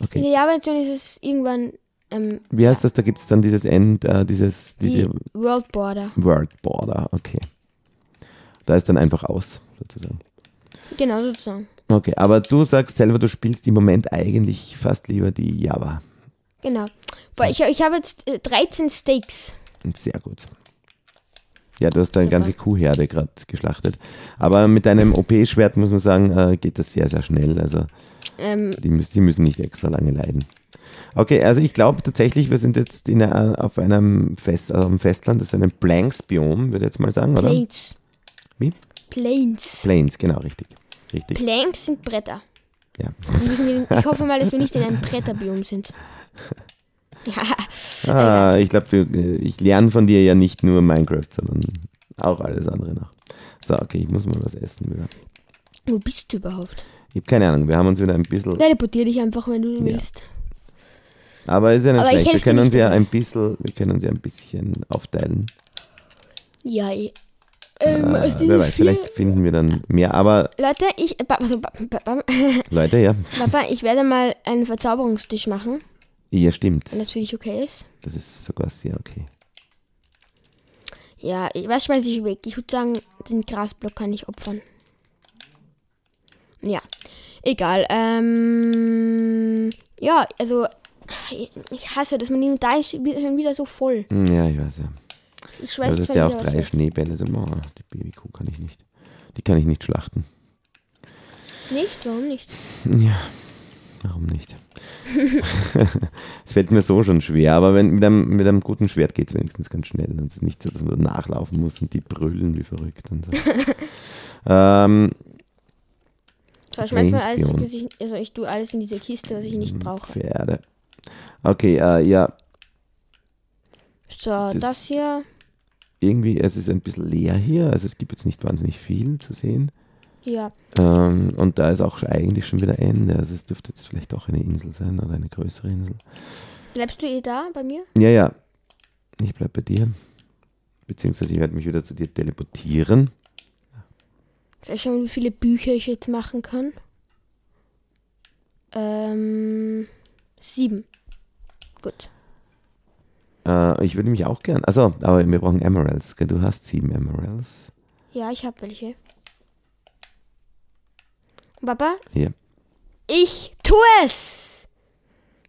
Speaker 1: In
Speaker 2: Okay.
Speaker 1: der Java-Edition ist es irgendwann ähm,
Speaker 2: Wie heißt das? Da gibt es dann dieses End, äh, dieses,
Speaker 1: die
Speaker 2: diese
Speaker 1: World Border.
Speaker 2: World Border. Okay. Da ist dann einfach aus, sozusagen.
Speaker 1: Genau, sozusagen.
Speaker 2: Okay, aber du sagst selber, du spielst im Moment eigentlich fast lieber die Java.
Speaker 1: Genau. Boah, ich, ich habe jetzt äh, 13 Steaks.
Speaker 2: Und Sehr gut. Ja, du hast deine
Speaker 1: Super.
Speaker 2: ganze Kuhherde gerade geschlachtet. Aber mit deinem OP-Schwert, muss man sagen, äh, geht das sehr, sehr schnell. Also
Speaker 1: Ähm,
Speaker 2: Die, müß- die müssen nicht extra lange leiden. Okay, also ich glaube tatsächlich, wir sind jetzt in einer, auf einem Fest, äh, auf einem Festland, das ist ein Blanks-Biom, würde ich jetzt mal sagen, oder?
Speaker 1: Plains.
Speaker 2: Wie?
Speaker 1: Plains.
Speaker 2: Plains, genau, richtig. Richtig,
Speaker 1: Planks sind Bretter.
Speaker 2: ja.
Speaker 1: Wir müssen in, ich hoffe mal, dass wir nicht in einem Bretterbiom sind. Ja,
Speaker 2: Ah, ich glaube, du- ich lerne von dir ja nicht nur Minecraft, sondern auch alles andere noch. So, okay, ich muss mal was essen. Wieder.
Speaker 1: wo bist du überhaupt?
Speaker 2: Ich habe keine Ahnung, wir haben uns wieder ein bisschen,
Speaker 1: Teleportier dich einfach, wenn du willst.
Speaker 2: aber ist ja nicht
Speaker 1: Aber ich
Speaker 2: schlecht, wir
Speaker 1: helf dir
Speaker 2: können uns
Speaker 1: nicht
Speaker 2: ja
Speaker 1: dabei.
Speaker 2: ein bisschen, wir können uns ja ein bisschen aufteilen.
Speaker 1: Ja, eh. Ähm, aus
Speaker 2: Äh,
Speaker 1: diesen
Speaker 2: wer weiß,
Speaker 1: vier-
Speaker 2: vielleicht finden wir dann mehr, aber
Speaker 1: Leute, ich, ba- also, ba- ba- ba-
Speaker 2: Leute, ja,
Speaker 1: Papa, ich werde mal einen Verzauberungstisch machen,
Speaker 2: ja stimmt.
Speaker 1: wenn das für dich okay ist.
Speaker 2: Das ist sogar sehr okay.
Speaker 1: Ja, ich- was schmeiße ich weg? Ich würde sagen, den Grasblock kann ich opfern. Ja, egal. Ähm, ja, also ich- ich hasse das. Man nimmt da ist wieder- schon wieder so voll.
Speaker 2: Hm, Ja, ich weiß ja.
Speaker 1: Ich
Speaker 2: Du
Speaker 1: schmeiße
Speaker 2: hattest
Speaker 1: schon
Speaker 2: ja
Speaker 1: wieder
Speaker 2: auch
Speaker 1: was
Speaker 2: drei
Speaker 1: weg.
Speaker 2: Schneebälle. So, oh, die Babykuh kann ich nicht. Die kann ich nicht schlachten.
Speaker 1: Nicht? Warum nicht?
Speaker 2: Ja, Warum nicht? Es fällt mir so schon schwer, aber wenn, mit, einem, mit einem guten Schwert geht es wenigstens ganz schnell. Und es ist nicht so, dass man nachlaufen muss und die brüllen wie verrückt und so. ähm,
Speaker 1: Schau, schmeiß mal alles,
Speaker 2: Espion.
Speaker 1: was ich, also ich tue alles in diese Kiste, was ich
Speaker 2: Mhm.
Speaker 1: nicht brauche.
Speaker 2: Pferde. Okay, äh, ja,
Speaker 1: So, das, hier.
Speaker 2: irgendwie, es ist ein bisschen leer hier, also es gibt jetzt nicht wahnsinnig viel zu sehen.
Speaker 1: Ja.
Speaker 2: Ähm, und da ist auch eigentlich schon wieder Ende, also es dürfte jetzt vielleicht auch eine Insel sein oder eine größere Insel.
Speaker 1: Bleibst du eh da bei mir?
Speaker 2: Ja, ja, ich bleib bei dir. Beziehungsweise ich werde mich wieder zu dir teleportieren.
Speaker 1: Soll ich schauen, wie viele Bücher ich jetzt machen kann? Ähm. Sieben. Gut.
Speaker 2: Äh, ich würde mich auch gern. Achso, aber wir brauchen Emeralds. Gell? Du hast sieben Emeralds.
Speaker 1: Ja, ich habe welche. Papa,
Speaker 2: Hier.
Speaker 1: ich tue es!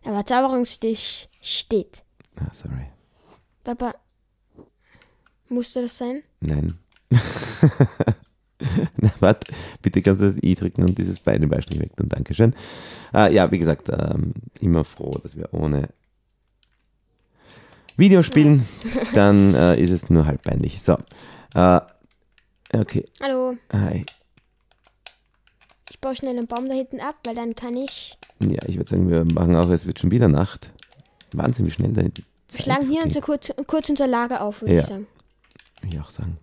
Speaker 1: Der Verzauberungsstich steht.
Speaker 2: Ah, sorry.
Speaker 1: Papa, musste das sein?
Speaker 2: Nein. Na, warte, bitte kannst du das I drücken und dieses beide Beistrich weg, dann Dankeschön. Äh, ja, wie gesagt, ähm, immer froh, dass wir ohne Video spielen. Dann äh, ist es nur halb peinlich. So. Äh, okay,
Speaker 1: Hallo,
Speaker 2: hi.
Speaker 1: ich baue schnell einen Baum da hinten ab, weil dann kann ich.
Speaker 2: Ja, ich würde sagen, wir machen auch, es wird schon wieder Nacht. Wahnsinn, wie schnell da die
Speaker 1: Wir
Speaker 2: Zeit
Speaker 1: schlagen hier
Speaker 2: vergeht.
Speaker 1: unser, kurz, kurz unser Lager auf, würde
Speaker 2: Ja.
Speaker 1: ich sagen.
Speaker 2: Will ich auch sagen.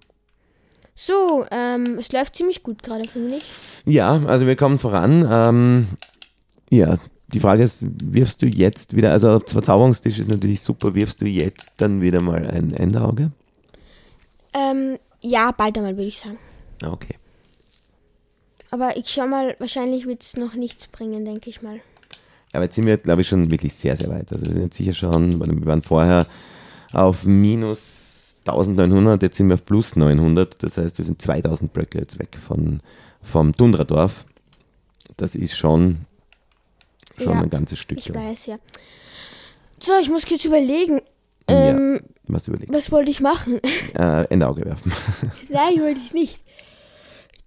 Speaker 1: So, ähm, es läuft ziemlich gut gerade, finde ich.
Speaker 2: Ja, also wir kommen voran. Ähm, ja, die Frage ist, wirfst du jetzt wieder, also Verzauberungstisch ist natürlich super, wirfst du jetzt dann wieder mal ein Endauge?
Speaker 1: Ähm, ja, bald einmal, würde ich sagen.
Speaker 2: Okay.
Speaker 1: Aber ich schau mal, wahrscheinlich wird es noch nichts bringen, denke ich mal.
Speaker 2: Aber jetzt sind wir, glaube ich, schon wirklich sehr, sehr weit. Also wir sind jetzt sicher schon, wir waren vorher auf minus 1900, jetzt sind wir auf plus 900. Das heißt, wir sind 2000 Blöcke jetzt weg von, vom Tundradorf. Das ist schon, schon
Speaker 1: Ja,
Speaker 2: ein ganzes Stück.
Speaker 1: Ich weiß, ja. So, ich muss kurz überlegen, ähm,
Speaker 2: ja, was überlegt?
Speaker 1: was wollte ich machen?
Speaker 2: Äh, Endauge werfen.
Speaker 1: Nein, wollte ich nicht.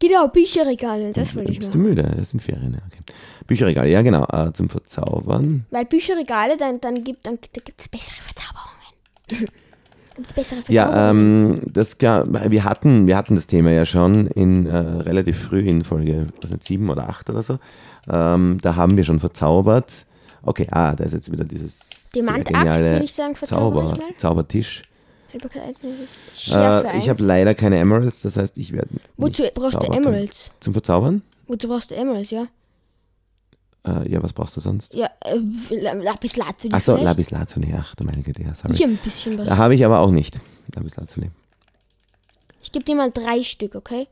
Speaker 1: Genau, Bücherregale, das wollte ich
Speaker 2: Bist du
Speaker 1: machen.
Speaker 2: müde? Das sind Ferien, ja. Okay. Bücherregal, ja genau, äh, zum Verzaubern.
Speaker 1: Weil Bücherregale, dann, dann gibt dann, da gibt's bessere Verzauberungen. gibt's bessere Verzauberungen.
Speaker 2: Ja, ähm, das, ja, wir, hatten, wir hatten das Thema ja schon in, äh, relativ früh in Folge was nicht, 7 oder 8 oder so. Ähm, da haben wir schon verzaubert. Okay, ah, da ist jetzt wieder dieses sehr
Speaker 1: Diamantaxt,
Speaker 2: geniale
Speaker 1: würde ich sagen, verzaubere ich
Speaker 2: Zauber,
Speaker 1: mal.
Speaker 2: Zaubertisch.
Speaker 1: Haltbarkeit eins, ne? Schärfe
Speaker 2: Äh,
Speaker 1: eins.
Speaker 2: ich habe leider keine Emeralds, das heißt, ich werde
Speaker 1: Wozu
Speaker 2: nichts
Speaker 1: brauchst du
Speaker 2: zaubern können.
Speaker 1: Emeralds?
Speaker 2: Zum Verzaubern?
Speaker 1: Wozu brauchst du Emeralds, ja?
Speaker 2: Äh, ja, was brauchst du sonst?
Speaker 1: Ja, äh, Lapis Lazuli
Speaker 2: Achso,
Speaker 1: vielleicht?
Speaker 2: Lapis Lazuli, ach du meine Güte, ja, sorry.
Speaker 1: Hier ein bisschen was.
Speaker 2: Da habe ich aber auch nicht Lapis Lazuli.
Speaker 1: Ich gebe dir mal drei Stück, okay?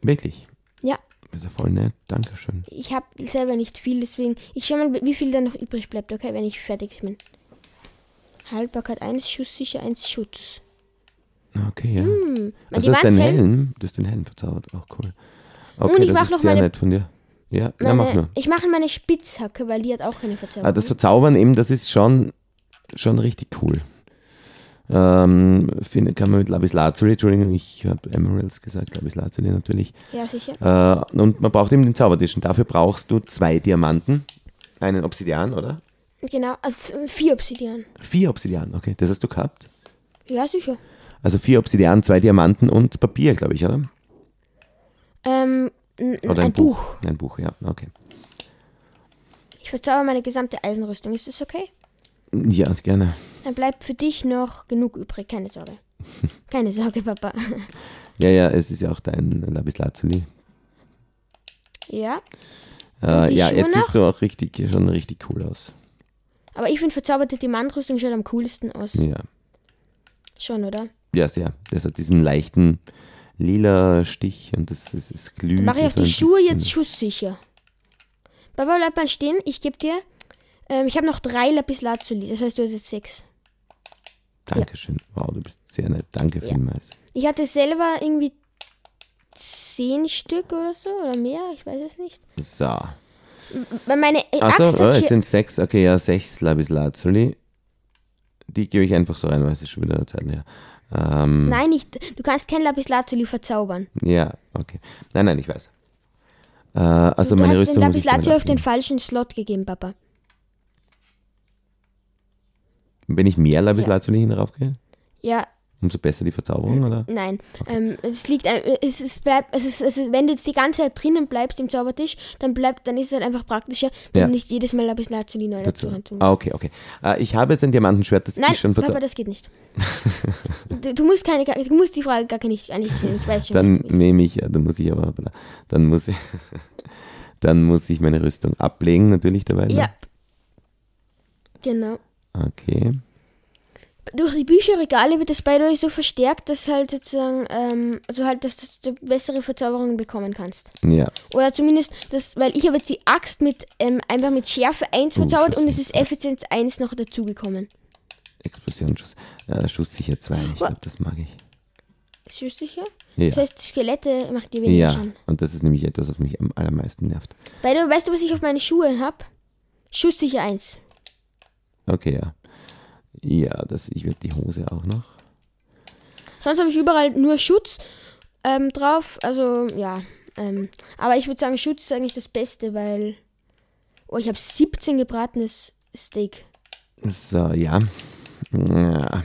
Speaker 2: Wirklich?
Speaker 1: Ja,
Speaker 2: Ist ja voll nett. Dankeschön.
Speaker 1: ich habe selber nicht viel, deswegen. Ich schau mal, wie viel da noch übrig bleibt, okay, wenn ich fertig bin. Haltbarkeit 1, Schusssicher 1, Schutz.
Speaker 2: Ah, Okay, ja.
Speaker 1: Man,
Speaker 2: also du hast deinen
Speaker 1: Wand hält-
Speaker 2: Helm. Du hast den Helm verzaubert. Auch cool. Okay,
Speaker 1: Und ich
Speaker 2: das
Speaker 1: mach
Speaker 2: ist
Speaker 1: noch
Speaker 2: sehr
Speaker 1: meine-
Speaker 2: nett von dir. Ja, ja,
Speaker 1: meine,
Speaker 2: mach nur.
Speaker 1: Ich mache meine Spitzhacke, weil die hat auch keine Verzauberung.
Speaker 2: Ah, das Verzaubern eben, das ist schon, schon richtig cool. Ähm, finde, kann man mit Lapis Lazuli, Entschuldigung, ich habe Emeralds gesagt, Lapis Lazuli natürlich.
Speaker 1: ja, sicher.
Speaker 2: Äh, und man braucht eben den Zaubertisch. Und dafür brauchst du zwei Diamanten, einen Obsidian, oder?
Speaker 1: Genau, also vier Obsidian.
Speaker 2: Vier Obsidian, okay, das hast du gehabt.
Speaker 1: Ja, sicher.
Speaker 2: Also vier Obsidian, zwei Diamanten und Papier, glaube ich, oder?
Speaker 1: Ähm, n-
Speaker 2: Oder
Speaker 1: ein Buch.
Speaker 2: Ein Buch, ja, okay.
Speaker 1: Ich verzauber meine gesamte Eisenrüstung. Ist das okay?
Speaker 2: Ja, gerne.
Speaker 1: Dann bleibt für dich noch genug übrig. Keine Sorge. Keine Sorge, Papa.
Speaker 2: Ja, ja, es ist ja auch dein Lapis Lazuli.
Speaker 1: ja, Und
Speaker 2: Äh,
Speaker 1: die
Speaker 2: ja,
Speaker 1: Schuhe
Speaker 2: jetzt
Speaker 1: noch?
Speaker 2: siehst du auch richtig, schon richtig cool aus.
Speaker 1: aber ich finde verzauberte Diamantrüstung schaut am coolsten aus.
Speaker 2: Ja,
Speaker 1: Schon, oder?
Speaker 2: ja, sehr. Das hat diesen leichten lila Stich und das ist, es glüht.
Speaker 1: Mache ich auf
Speaker 2: so
Speaker 1: die
Speaker 2: ein
Speaker 1: Schuhe
Speaker 2: bisschen.
Speaker 1: jetzt schusssicher. Papa, bleib mal stehen. Ich gebe dir. Ähm, ich habe noch drei Lapis Lazuli. Das heißt, du hast jetzt sechs.
Speaker 2: Dankeschön. Wow, du bist sehr nett. Danke vielmals.
Speaker 1: Ich hatte selber irgendwie zehn Stück oder so oder mehr, ich weiß es nicht.
Speaker 2: So.
Speaker 1: Weil meine äh,
Speaker 2: Achso,
Speaker 1: Axt
Speaker 2: oh,
Speaker 1: hat
Speaker 2: es
Speaker 1: hier,
Speaker 2: sind sechs. Okay, ja, sechs Lapis Lazuli. Die gebe ich einfach so rein, weil es ist schon wieder eine Zeit her. Ähm,
Speaker 1: Nein, nicht. Du kannst kein Lapis Lazuli verzaubern.
Speaker 2: ja, okay. Nein, nein, ich weiß. Äh, also
Speaker 1: Du hast
Speaker 2: meine
Speaker 1: den
Speaker 2: Rüstung muss ich
Speaker 1: Lapislazuli
Speaker 2: dann
Speaker 1: auf den falschen Slot gegeben, Papa.
Speaker 2: Wenn ich mehr Lapislazuli hin raufgehe,
Speaker 1: Ja,
Speaker 2: umso besser die Verzauberung, oder?
Speaker 1: nein. Ähm, es liegt, ein- es, es bleibt, es ist, es ist, wenn du jetzt die ganze Zeit drinnen bleibst im Zaubertisch, dann bleibt, dann ist es halt einfach praktischer, wenn
Speaker 2: Ja.
Speaker 1: du nicht jedes Mal Lapislazuli neu dazu rein tun musst.
Speaker 2: Ah, okay, okay. Äh, ich habe jetzt ein Diamantenschwert, das
Speaker 1: Nein,
Speaker 2: ist schon
Speaker 1: Papa,
Speaker 2: verzaubert.
Speaker 1: das geht nicht. du, du musst keine, du musst die Frage gar nicht, gar nicht stellen. Ich weiß schon,
Speaker 2: Dann
Speaker 1: was du willst.
Speaker 2: nehme ich, äh, dann muss ich aber, dann muss ich, dann muss ich meine Rüstung ablegen, natürlich dabei. ne?
Speaker 1: Ja. Genau.
Speaker 2: Okay.
Speaker 1: Durch die Bücherregale wird das Spider so verstärkt, dass halt sozusagen, ähm, also halt, dass dass du bessere Verzauberungen bekommen kannst.
Speaker 2: Ja.
Speaker 1: Oder zumindest, das, weil ich habe jetzt die Axt mit, ähm, einfach mit Schärfe 1
Speaker 2: Oh,
Speaker 1: verzaubert und es ist Effizienz 1 noch dazugekommen.
Speaker 2: Explosionsschuss. Äh, Schuss sicher 2. Ich glaube, das mag ich.
Speaker 1: Ist das sicher?
Speaker 2: Ja.
Speaker 1: Das heißt, Skelette macht dir weniger
Speaker 2: Ja,
Speaker 1: Schaden.
Speaker 2: und das ist nämlich etwas, was mich am allermeisten nervt.
Speaker 1: By the way, weißt du, was ich auf meinen Schuhen habe? Schusssicher 1.
Speaker 2: Okay, ja. Ja, das, ich werde die Hose auch noch.
Speaker 1: Sonst habe ich überall nur Schutz ähm, drauf. Also, ja. Ähm, aber ich würde sagen, Schutz ist eigentlich das Beste, weil. Oh, ich habe 17 gebratenes Steak.
Speaker 2: So, ja. ja.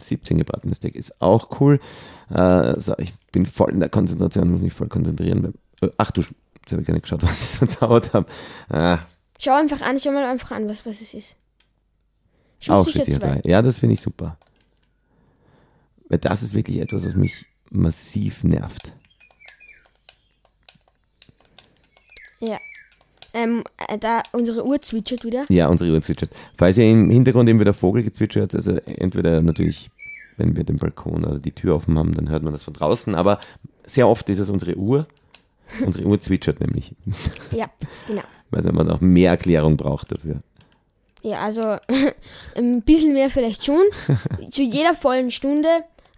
Speaker 2: 17 gebratenes Steak ist auch cool. Äh, so, ich bin voll in der Konzentration, muss mich voll konzentrieren. Weil, äh, ach du, Sch- jetzt habe ich gar nicht geschaut, was ich verzaubert habe. Ah,
Speaker 1: Schau einfach an, schau mal einfach an, was, was es ist.
Speaker 2: auch
Speaker 1: Schusssicher 2.
Speaker 2: zwei. Ja, das finde ich super. Weil das ist wirklich etwas, was mich massiv nervt.
Speaker 1: Ja. Ähm, äh, da unsere Uhr zwitschert wieder.
Speaker 2: Ja, unsere Uhr zwitschert. Falls ihr im Hintergrund eben wieder Vogel gezwitschert, also entweder natürlich, wenn wir den Balkon oder die Tür offen haben, dann hört man das von draußen, aber sehr oft ist es unsere Uhr. Unsere Uhr zwitschert nämlich.
Speaker 1: Ja, genau.
Speaker 2: Weiß nicht, man auch mehr Erklärung braucht dafür.
Speaker 1: Ja, also ein bisschen mehr vielleicht schon. Zu jeder vollen Stunde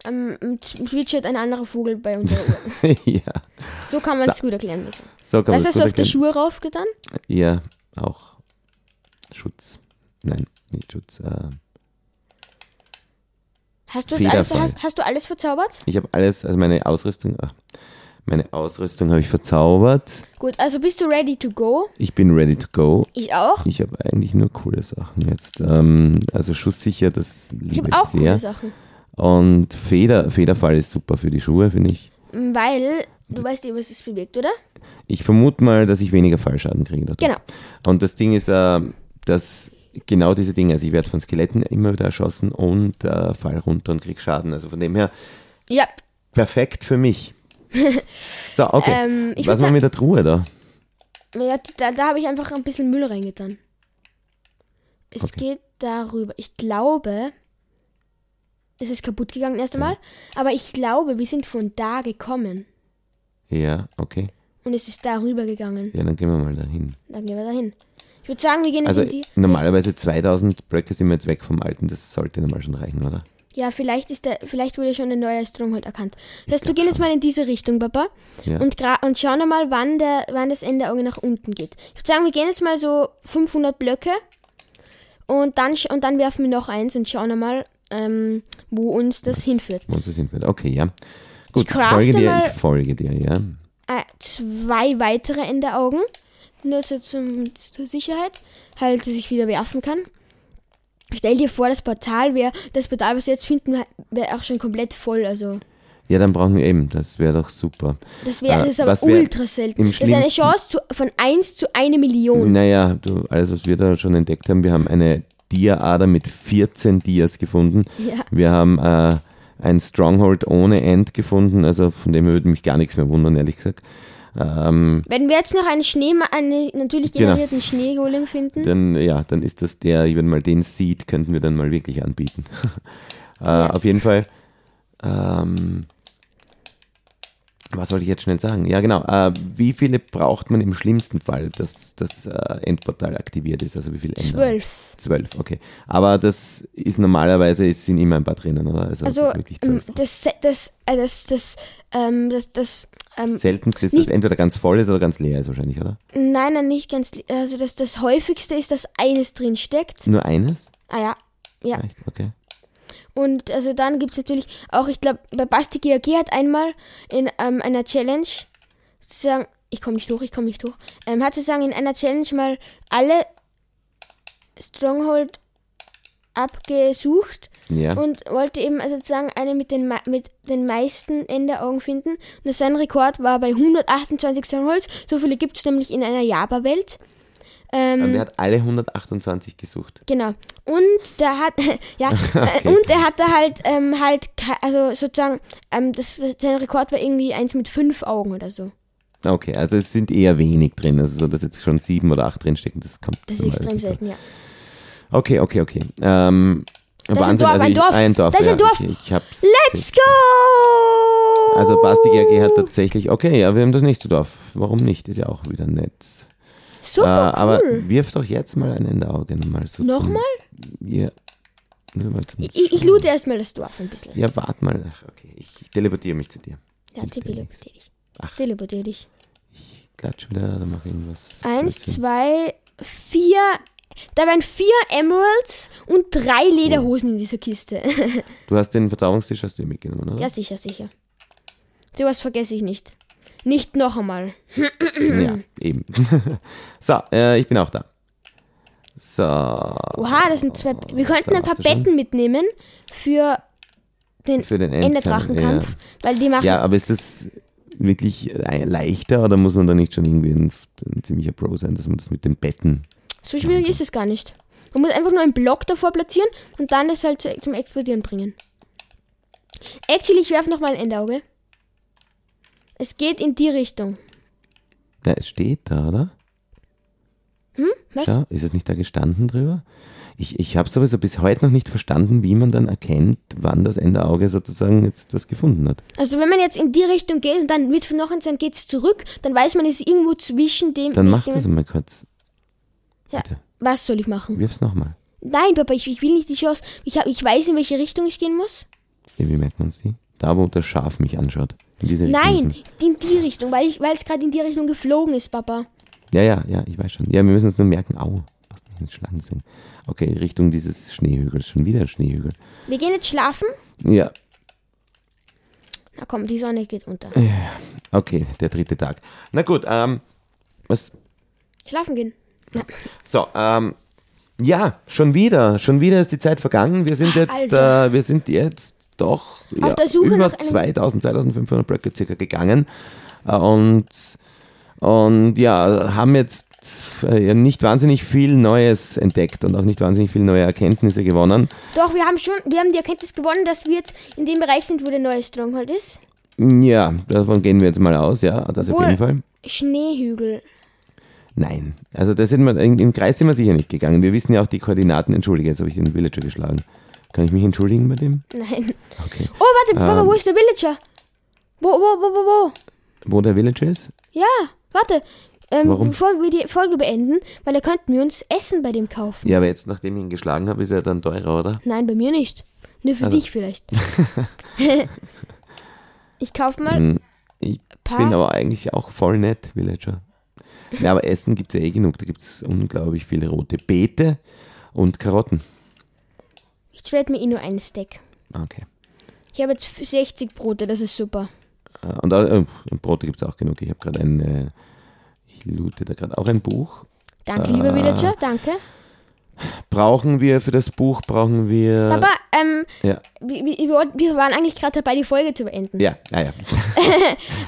Speaker 1: ähm, zwitschert ein anderer Vogel bei unserer Uhr.
Speaker 2: ja.
Speaker 1: So kann man es gut erklären müssen.
Speaker 2: So kann man
Speaker 1: Was hast
Speaker 2: das
Speaker 1: du auf
Speaker 2: gut
Speaker 1: die
Speaker 2: erklären.
Speaker 1: Schuhe raufgetan?
Speaker 2: Ja, auch Schutz. Nein, nicht Schutz. Äh,
Speaker 1: Hast du, jetzt alles,
Speaker 2: Federfall.
Speaker 1: hast, hast du alles verzaubert?
Speaker 2: ich habe alles, also meine Ausrüstung, ach, meine Ausrüstung habe ich verzaubert.
Speaker 1: Gut, also bist du ready to go?
Speaker 2: Ich bin ready to go.
Speaker 1: Ich auch.
Speaker 2: Ich habe eigentlich nur coole Sachen jetzt. Ähm, also schusssicher, das
Speaker 1: Ich
Speaker 2: liebe
Speaker 1: habe
Speaker 2: ich
Speaker 1: auch coole
Speaker 2: sehr.
Speaker 1: Sachen.
Speaker 2: Und Feder, Federfall ist super für die Schuhe, finde ich.
Speaker 1: Mm, Weil du weißt eh, was es bewegt, oder?
Speaker 2: Ich vermute mal, dass ich weniger Fallschaden kriege. Dadurch.
Speaker 1: Genau.
Speaker 2: Und das Ding ist, äh, dass genau diese Dinge, also ich werde von Skeletten immer wieder erschossen und äh, fall runter und krieg Schaden. Also von dem her,
Speaker 1: Ja.
Speaker 2: perfekt für mich. So, okay.
Speaker 1: Ähm, ich
Speaker 2: Was
Speaker 1: würd
Speaker 2: machen wir mit der Truhe da?
Speaker 1: ja da da habe ich einfach ein bisschen Müll reingetan. Es geht darüber. Ich glaube, es ist kaputt gegangen erst einmal. Aber ich glaube, wir sind von da gekommen.
Speaker 2: Ja, okay.
Speaker 1: Und es ist da rüber gegangen.
Speaker 2: Ja, dann gehen wir mal dahin.
Speaker 1: Dann gehen wir dahin. Ich würde sagen, wir gehen jetzt
Speaker 2: Also
Speaker 1: in die.
Speaker 2: normalerweise 2000 Blöcke sind wir jetzt weg vom alten. Das sollte normal schon reichen, oder?
Speaker 1: Ja, vielleicht ist der, vielleicht wurde schon ein neuer Stronghold erkannt. Das heißt, wir gehen jetzt mal in diese Richtung, Papa.
Speaker 2: Ja.
Speaker 1: Und, gra- und schauen einmal, wann, der, wann das Ende irgendwie nach unten geht. Ich würde sagen, wir gehen jetzt mal so 500 Blöcke und dann, sch- und dann werfen wir noch eins und schauen einmal, ähm, wo uns das hinführt.
Speaker 2: Wo uns das hinführt. Okay, ja. Gut, ich
Speaker 1: crafte
Speaker 2: folge dir,
Speaker 1: mal-
Speaker 2: ich folge dir, ja.
Speaker 1: Äh, zwei weitere Enderaugen. Nur so zum, zur Sicherheit. Halt, dass ich wieder werfen kann. Stell dir vor, das Portal wäre, das Portal, was wir jetzt finden, wäre auch schon komplett voll. Also,
Speaker 2: Ja, dann brauchen wir eben, das wäre doch super.
Speaker 1: das wäre,
Speaker 2: Äh,
Speaker 1: das ist aber
Speaker 2: was wär
Speaker 1: ultra selten.
Speaker 2: im
Speaker 1: Das ist eine
Speaker 2: schlimmsten-
Speaker 1: Chance zu, von 1 zu 1 Million.
Speaker 2: Naja, du, alles, was wir da schon entdeckt haben, wir haben eine Dia-Ader mit 14 Dias gefunden.
Speaker 1: Ja.
Speaker 2: Wir haben äh, ein Stronghold ohne End gefunden, also von dem her würde mich gar nichts mehr wundern, ehrlich gesagt. Ähm,
Speaker 1: Wenn wir jetzt noch einen Schneema einen natürlich
Speaker 2: Genau.
Speaker 1: generierten Schneegolem finden,
Speaker 2: dann, ja, dann ist das der, ich würde mal den Seed, könnten wir dann mal wirklich anbieten. äh, Auf jeden Fall. Ähm, was wollte ich jetzt schnell sagen? Ja, genau. Äh, wie viele braucht man im schlimmsten Fall, dass das äh, Endportal aktiviert ist? Also wie viele Ender?
Speaker 1: zwölf.
Speaker 2: Zwölf, okay. Aber das ist normalerweise, es sind immer ein paar drinnen, oder? Also, das
Speaker 1: Also
Speaker 2: ist wirklich
Speaker 1: ähm,
Speaker 2: zwölf.
Speaker 1: das, Se- das, äh, das, das, ähm, das, das, ähm,
Speaker 2: Seltenst ist, dass entweder ganz voll ist oder ganz leer ist wahrscheinlich, oder?
Speaker 1: nein, nein, nicht ganz, li- also das, das häufigste ist, dass eines drin steckt.
Speaker 2: Nur eines?
Speaker 1: Ah ja, ja.
Speaker 2: Echt? Okay.
Speaker 1: Und also dann gibt es natürlich auch, ich glaube, bei Basti GAG hat einmal in ähm, einer Challenge sozusagen, ich ich komme nicht hoch, ich komme nicht hoch, ähm, hat sozusagen in einer Challenge mal alle Stronghold abgesucht
Speaker 2: Ja.
Speaker 1: und wollte eben sozusagen eine mit den, mei- mit den meisten Enderaugen finden. Und sein Rekord war bei 128 Strongholds. So viele gibt es nämlich in einer Java-Welt. Ähm,
Speaker 2: Und er hat alle 128 gesucht.
Speaker 1: Genau. Und der hat, ja, äh, und er hatte halt, ähm, halt, ke- also sozusagen, ähm, das, das, sein Rekord war irgendwie eins mit fünf Augen oder so.
Speaker 2: Okay, also es sind eher wenig drin. Also so, dass jetzt schon sieben oder acht drinstecken, das kommt.
Speaker 1: Das ist
Speaker 2: immer
Speaker 1: extrem
Speaker 2: relativ vor.
Speaker 1: selten, ja.
Speaker 2: Okay, okay, okay. Ähm,
Speaker 1: ist ein Dorf,
Speaker 2: also
Speaker 1: ein
Speaker 2: ich,
Speaker 1: Dorf.
Speaker 2: ein Dorf.
Speaker 1: Das ist
Speaker 2: ja,
Speaker 1: ein Dorf.
Speaker 2: Ich, ich hab's
Speaker 1: Let's go!
Speaker 2: Also Basti GRG hat tatsächlich, okay, ja, wir haben das nächste Dorf. Warum nicht? Ist ja auch wieder nett. Äh,
Speaker 1: Super
Speaker 2: Aber
Speaker 1: Ah,
Speaker 2: Hm.
Speaker 1: cool.
Speaker 2: wirf doch jetzt mal ein Ende Auge nochmal so. zum-
Speaker 1: Nochmal?
Speaker 2: Ja. Nur mal zum
Speaker 1: Ich, ich loote erstmal das Dorf ein bisschen.
Speaker 2: ja, warte mal. Ach, okay, ich, ich teleportiere mich zu dir.
Speaker 1: Ja, teleportier dich.
Speaker 2: Ach.
Speaker 1: Teleportier dich.
Speaker 2: Klatsch wieder oder mach irgendwas.
Speaker 1: Eins,
Speaker 2: Blödsinn.
Speaker 1: zwei, vier. Da waren vier Emeralds und drei Lederhosen in dieser Kiste.
Speaker 2: Du hast den Verzauberungstisch hast du ja mitgenommen, oder?
Speaker 1: ja, sicher, sicher. Sowas vergesse ich nicht. Nicht noch einmal.
Speaker 2: Ja, eben. so, äh, ich bin auch da. So,
Speaker 1: Oha, das sind zwei. Wir könnten
Speaker 2: Ah, da
Speaker 1: ein paar
Speaker 2: warst du schon.
Speaker 1: Betten mitnehmen für den,
Speaker 2: für den Endkampf.
Speaker 1: Enderdrachenkampf,
Speaker 2: Ja.
Speaker 1: weil die machen.
Speaker 2: ja, aber ist das wirklich äh, leichter oder muss man da nicht schon irgendwie ein, ein ziemlicher Pro sein, dass man das mit den Betten.
Speaker 1: So schwierig ist es gar nicht. Man muss einfach nur einen Block davor platzieren und dann das halt zu- zum Explodieren bringen. Actually, ich werfe nochmal ein Endauge. Es geht in die Richtung.
Speaker 2: Na, es steht da, oder?
Speaker 1: Hm? Was?
Speaker 2: Schau, ist es nicht da gestanden drüber? Ich, ich habe sowieso bis heute noch nicht verstanden, wie man dann erkennt, wann das Enderauge sozusagen jetzt was gefunden hat.
Speaker 1: Also wenn man jetzt in die Richtung geht und dann mit noch eins geht es zurück, dann weiß man, es ist irgendwo zwischen dem...
Speaker 2: Dann mach
Speaker 1: dem-
Speaker 2: das einmal kurz.
Speaker 1: Ja.
Speaker 2: Bitte,
Speaker 1: Was soll ich machen?
Speaker 2: wirf's nochmal.
Speaker 1: Nein, Papa, ich, ich will nicht die Chance. Ich, hab, ich weiß, in welche Richtung ich gehen muss.
Speaker 2: Ja, wie merkt man es die? Da, wo das Schaf mich anschaut. In diese Richtung
Speaker 1: Nein,
Speaker 2: müssen-
Speaker 1: in die Richtung, weil ich, weil es gerade in die Richtung geflogen ist, Papa.
Speaker 2: Ja, ja, ja, ich weiß schon. Ja, wir müssen uns nur merken. Au, passt mich nicht schlagen sehen. Okay, Richtung dieses Schneehügels. Schon wieder ein Schneehügel.
Speaker 1: Wir gehen jetzt schlafen.
Speaker 2: Ja,
Speaker 1: Na komm, die Sonne geht unter.
Speaker 2: okay, der dritte Tag. Na gut, ähm, was?
Speaker 1: Schlafen gehen. Na,
Speaker 2: So, ähm, ja, schon wieder. Schon wieder ist die Zeit vergangen. Wir sind jetzt,
Speaker 1: Alter.
Speaker 2: äh, wir sind jetzt doch ja,
Speaker 1: der Suche nach
Speaker 2: über
Speaker 1: einem-
Speaker 2: 2000, 2500 Blöcke circa gegangen. Äh, und Und ja, haben jetzt äh, nicht wahnsinnig viel Neues entdeckt und auch nicht wahnsinnig viel neue Erkenntnisse gewonnen.
Speaker 1: Doch, wir haben schon, wir haben die Erkenntnis gewonnen, dass wir jetzt in dem Bereich sind, wo der neue Stronghold ist.
Speaker 2: Ja, davon gehen wir jetzt mal aus, ja, das auf
Speaker 1: Wohl.
Speaker 2: jeden Fall.
Speaker 1: Schneehügel.
Speaker 2: Nein, also da sind wir, im im Kreis sind wir sicher nicht gegangen. Wir wissen ja auch die Koordinaten. Entschuldige, jetzt habe ich den Villager geschlagen. Kann ich mich entschuldigen bei dem?
Speaker 1: Nein.
Speaker 2: Okay. Ähm.
Speaker 1: Oh, warte, Papa, wo ist der Villager? Wo, wo, wo, wo, wo?
Speaker 2: Wo der Villager ist?
Speaker 1: Ja, warte. Ähm,
Speaker 2: Warum?
Speaker 1: Bevor wir die Folge beenden, weil da könnten wir uns Essen bei dem kaufen.
Speaker 2: Ja, aber jetzt, nachdem ich ihn geschlagen habe, ist er dann teurer, oder?
Speaker 1: Nein, bei mir nicht. Nur für
Speaker 2: Also.
Speaker 1: dich vielleicht. ich kauf mal
Speaker 2: Hm, Ich
Speaker 1: Pa?
Speaker 2: bin aber eigentlich auch voll nett, Villager. Ja, aber Essen gibt es ja eh genug. Da gibt es unglaublich viele rote Beete und Karotten.
Speaker 1: Ich trade mir eh nur einen Stack.
Speaker 2: Ah, Okay.
Speaker 1: Ich habe jetzt 60 Brote, das ist super.
Speaker 2: Äh, Und äh, und Brote gibt es auch genug. Ich habe gerade ein, äh, ich loote da gerade auch ein Buch.
Speaker 1: Danke,
Speaker 2: Ah.
Speaker 1: lieber Villager, danke.
Speaker 2: Brauchen wir für das Buch, brauchen wir...
Speaker 1: Papa, ähm,
Speaker 2: ja,
Speaker 1: wir, wir, wollten- wir waren eigentlich gerade dabei, die Folge zu beenden.
Speaker 2: ja, ah, ja. ja.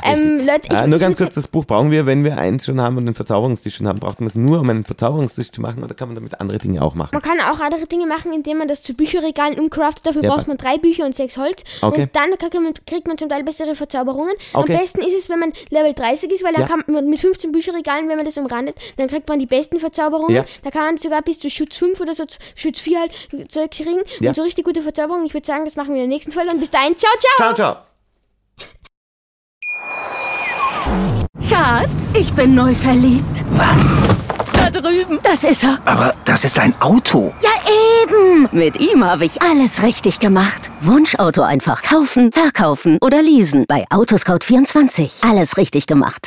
Speaker 1: ähm, Leute, ich,
Speaker 2: Äh, nur
Speaker 1: ich
Speaker 2: ganz
Speaker 1: muss-
Speaker 2: kurz, das Buch brauchen wir, wenn wir eins schon haben und einen Verzauberungstisch schon haben, braucht man es nur, um einen Verzauberungstisch zu machen oder kann man damit andere Dinge auch machen?
Speaker 1: Man kann auch andere Dinge machen, indem man das zu Bücherregalen umcraftet. Dafür
Speaker 2: Ja,
Speaker 1: braucht
Speaker 2: passt.
Speaker 1: man drei Bücher und sechs Holz.
Speaker 2: Okay.
Speaker 1: Und dann kriegt man, kriegt man zum Teil bessere Verzauberungen.
Speaker 2: Okay.
Speaker 1: Am besten ist es, wenn man Level 30 ist, weil dann
Speaker 2: Ja.
Speaker 1: kann man mit 15 Bücherregalen, wenn man das umrandet, dann kriegt man die besten Verzauberungen.
Speaker 2: Ja.
Speaker 1: Da kann man sogar bis zu Schutz 5 oder so, zu Schutz 4 halt Zeug kriegen.
Speaker 2: Ja.
Speaker 1: Und so richtig gute Verzauberungen. Ich würde sagen, das machen wir in der nächsten Folge. Und bis dahin, ciao, ciao!
Speaker 2: Ciao, ciao.
Speaker 3: Schatz, ich bin neu verliebt.
Speaker 4: Was?
Speaker 3: Da drüben. Das ist er.
Speaker 4: Aber das ist ein Auto.
Speaker 3: Ja, eben. Mit ihm habe ich alles richtig gemacht. Wunschauto einfach kaufen, verkaufen oder leasen. Bei Autoscout24. Alles richtig gemacht.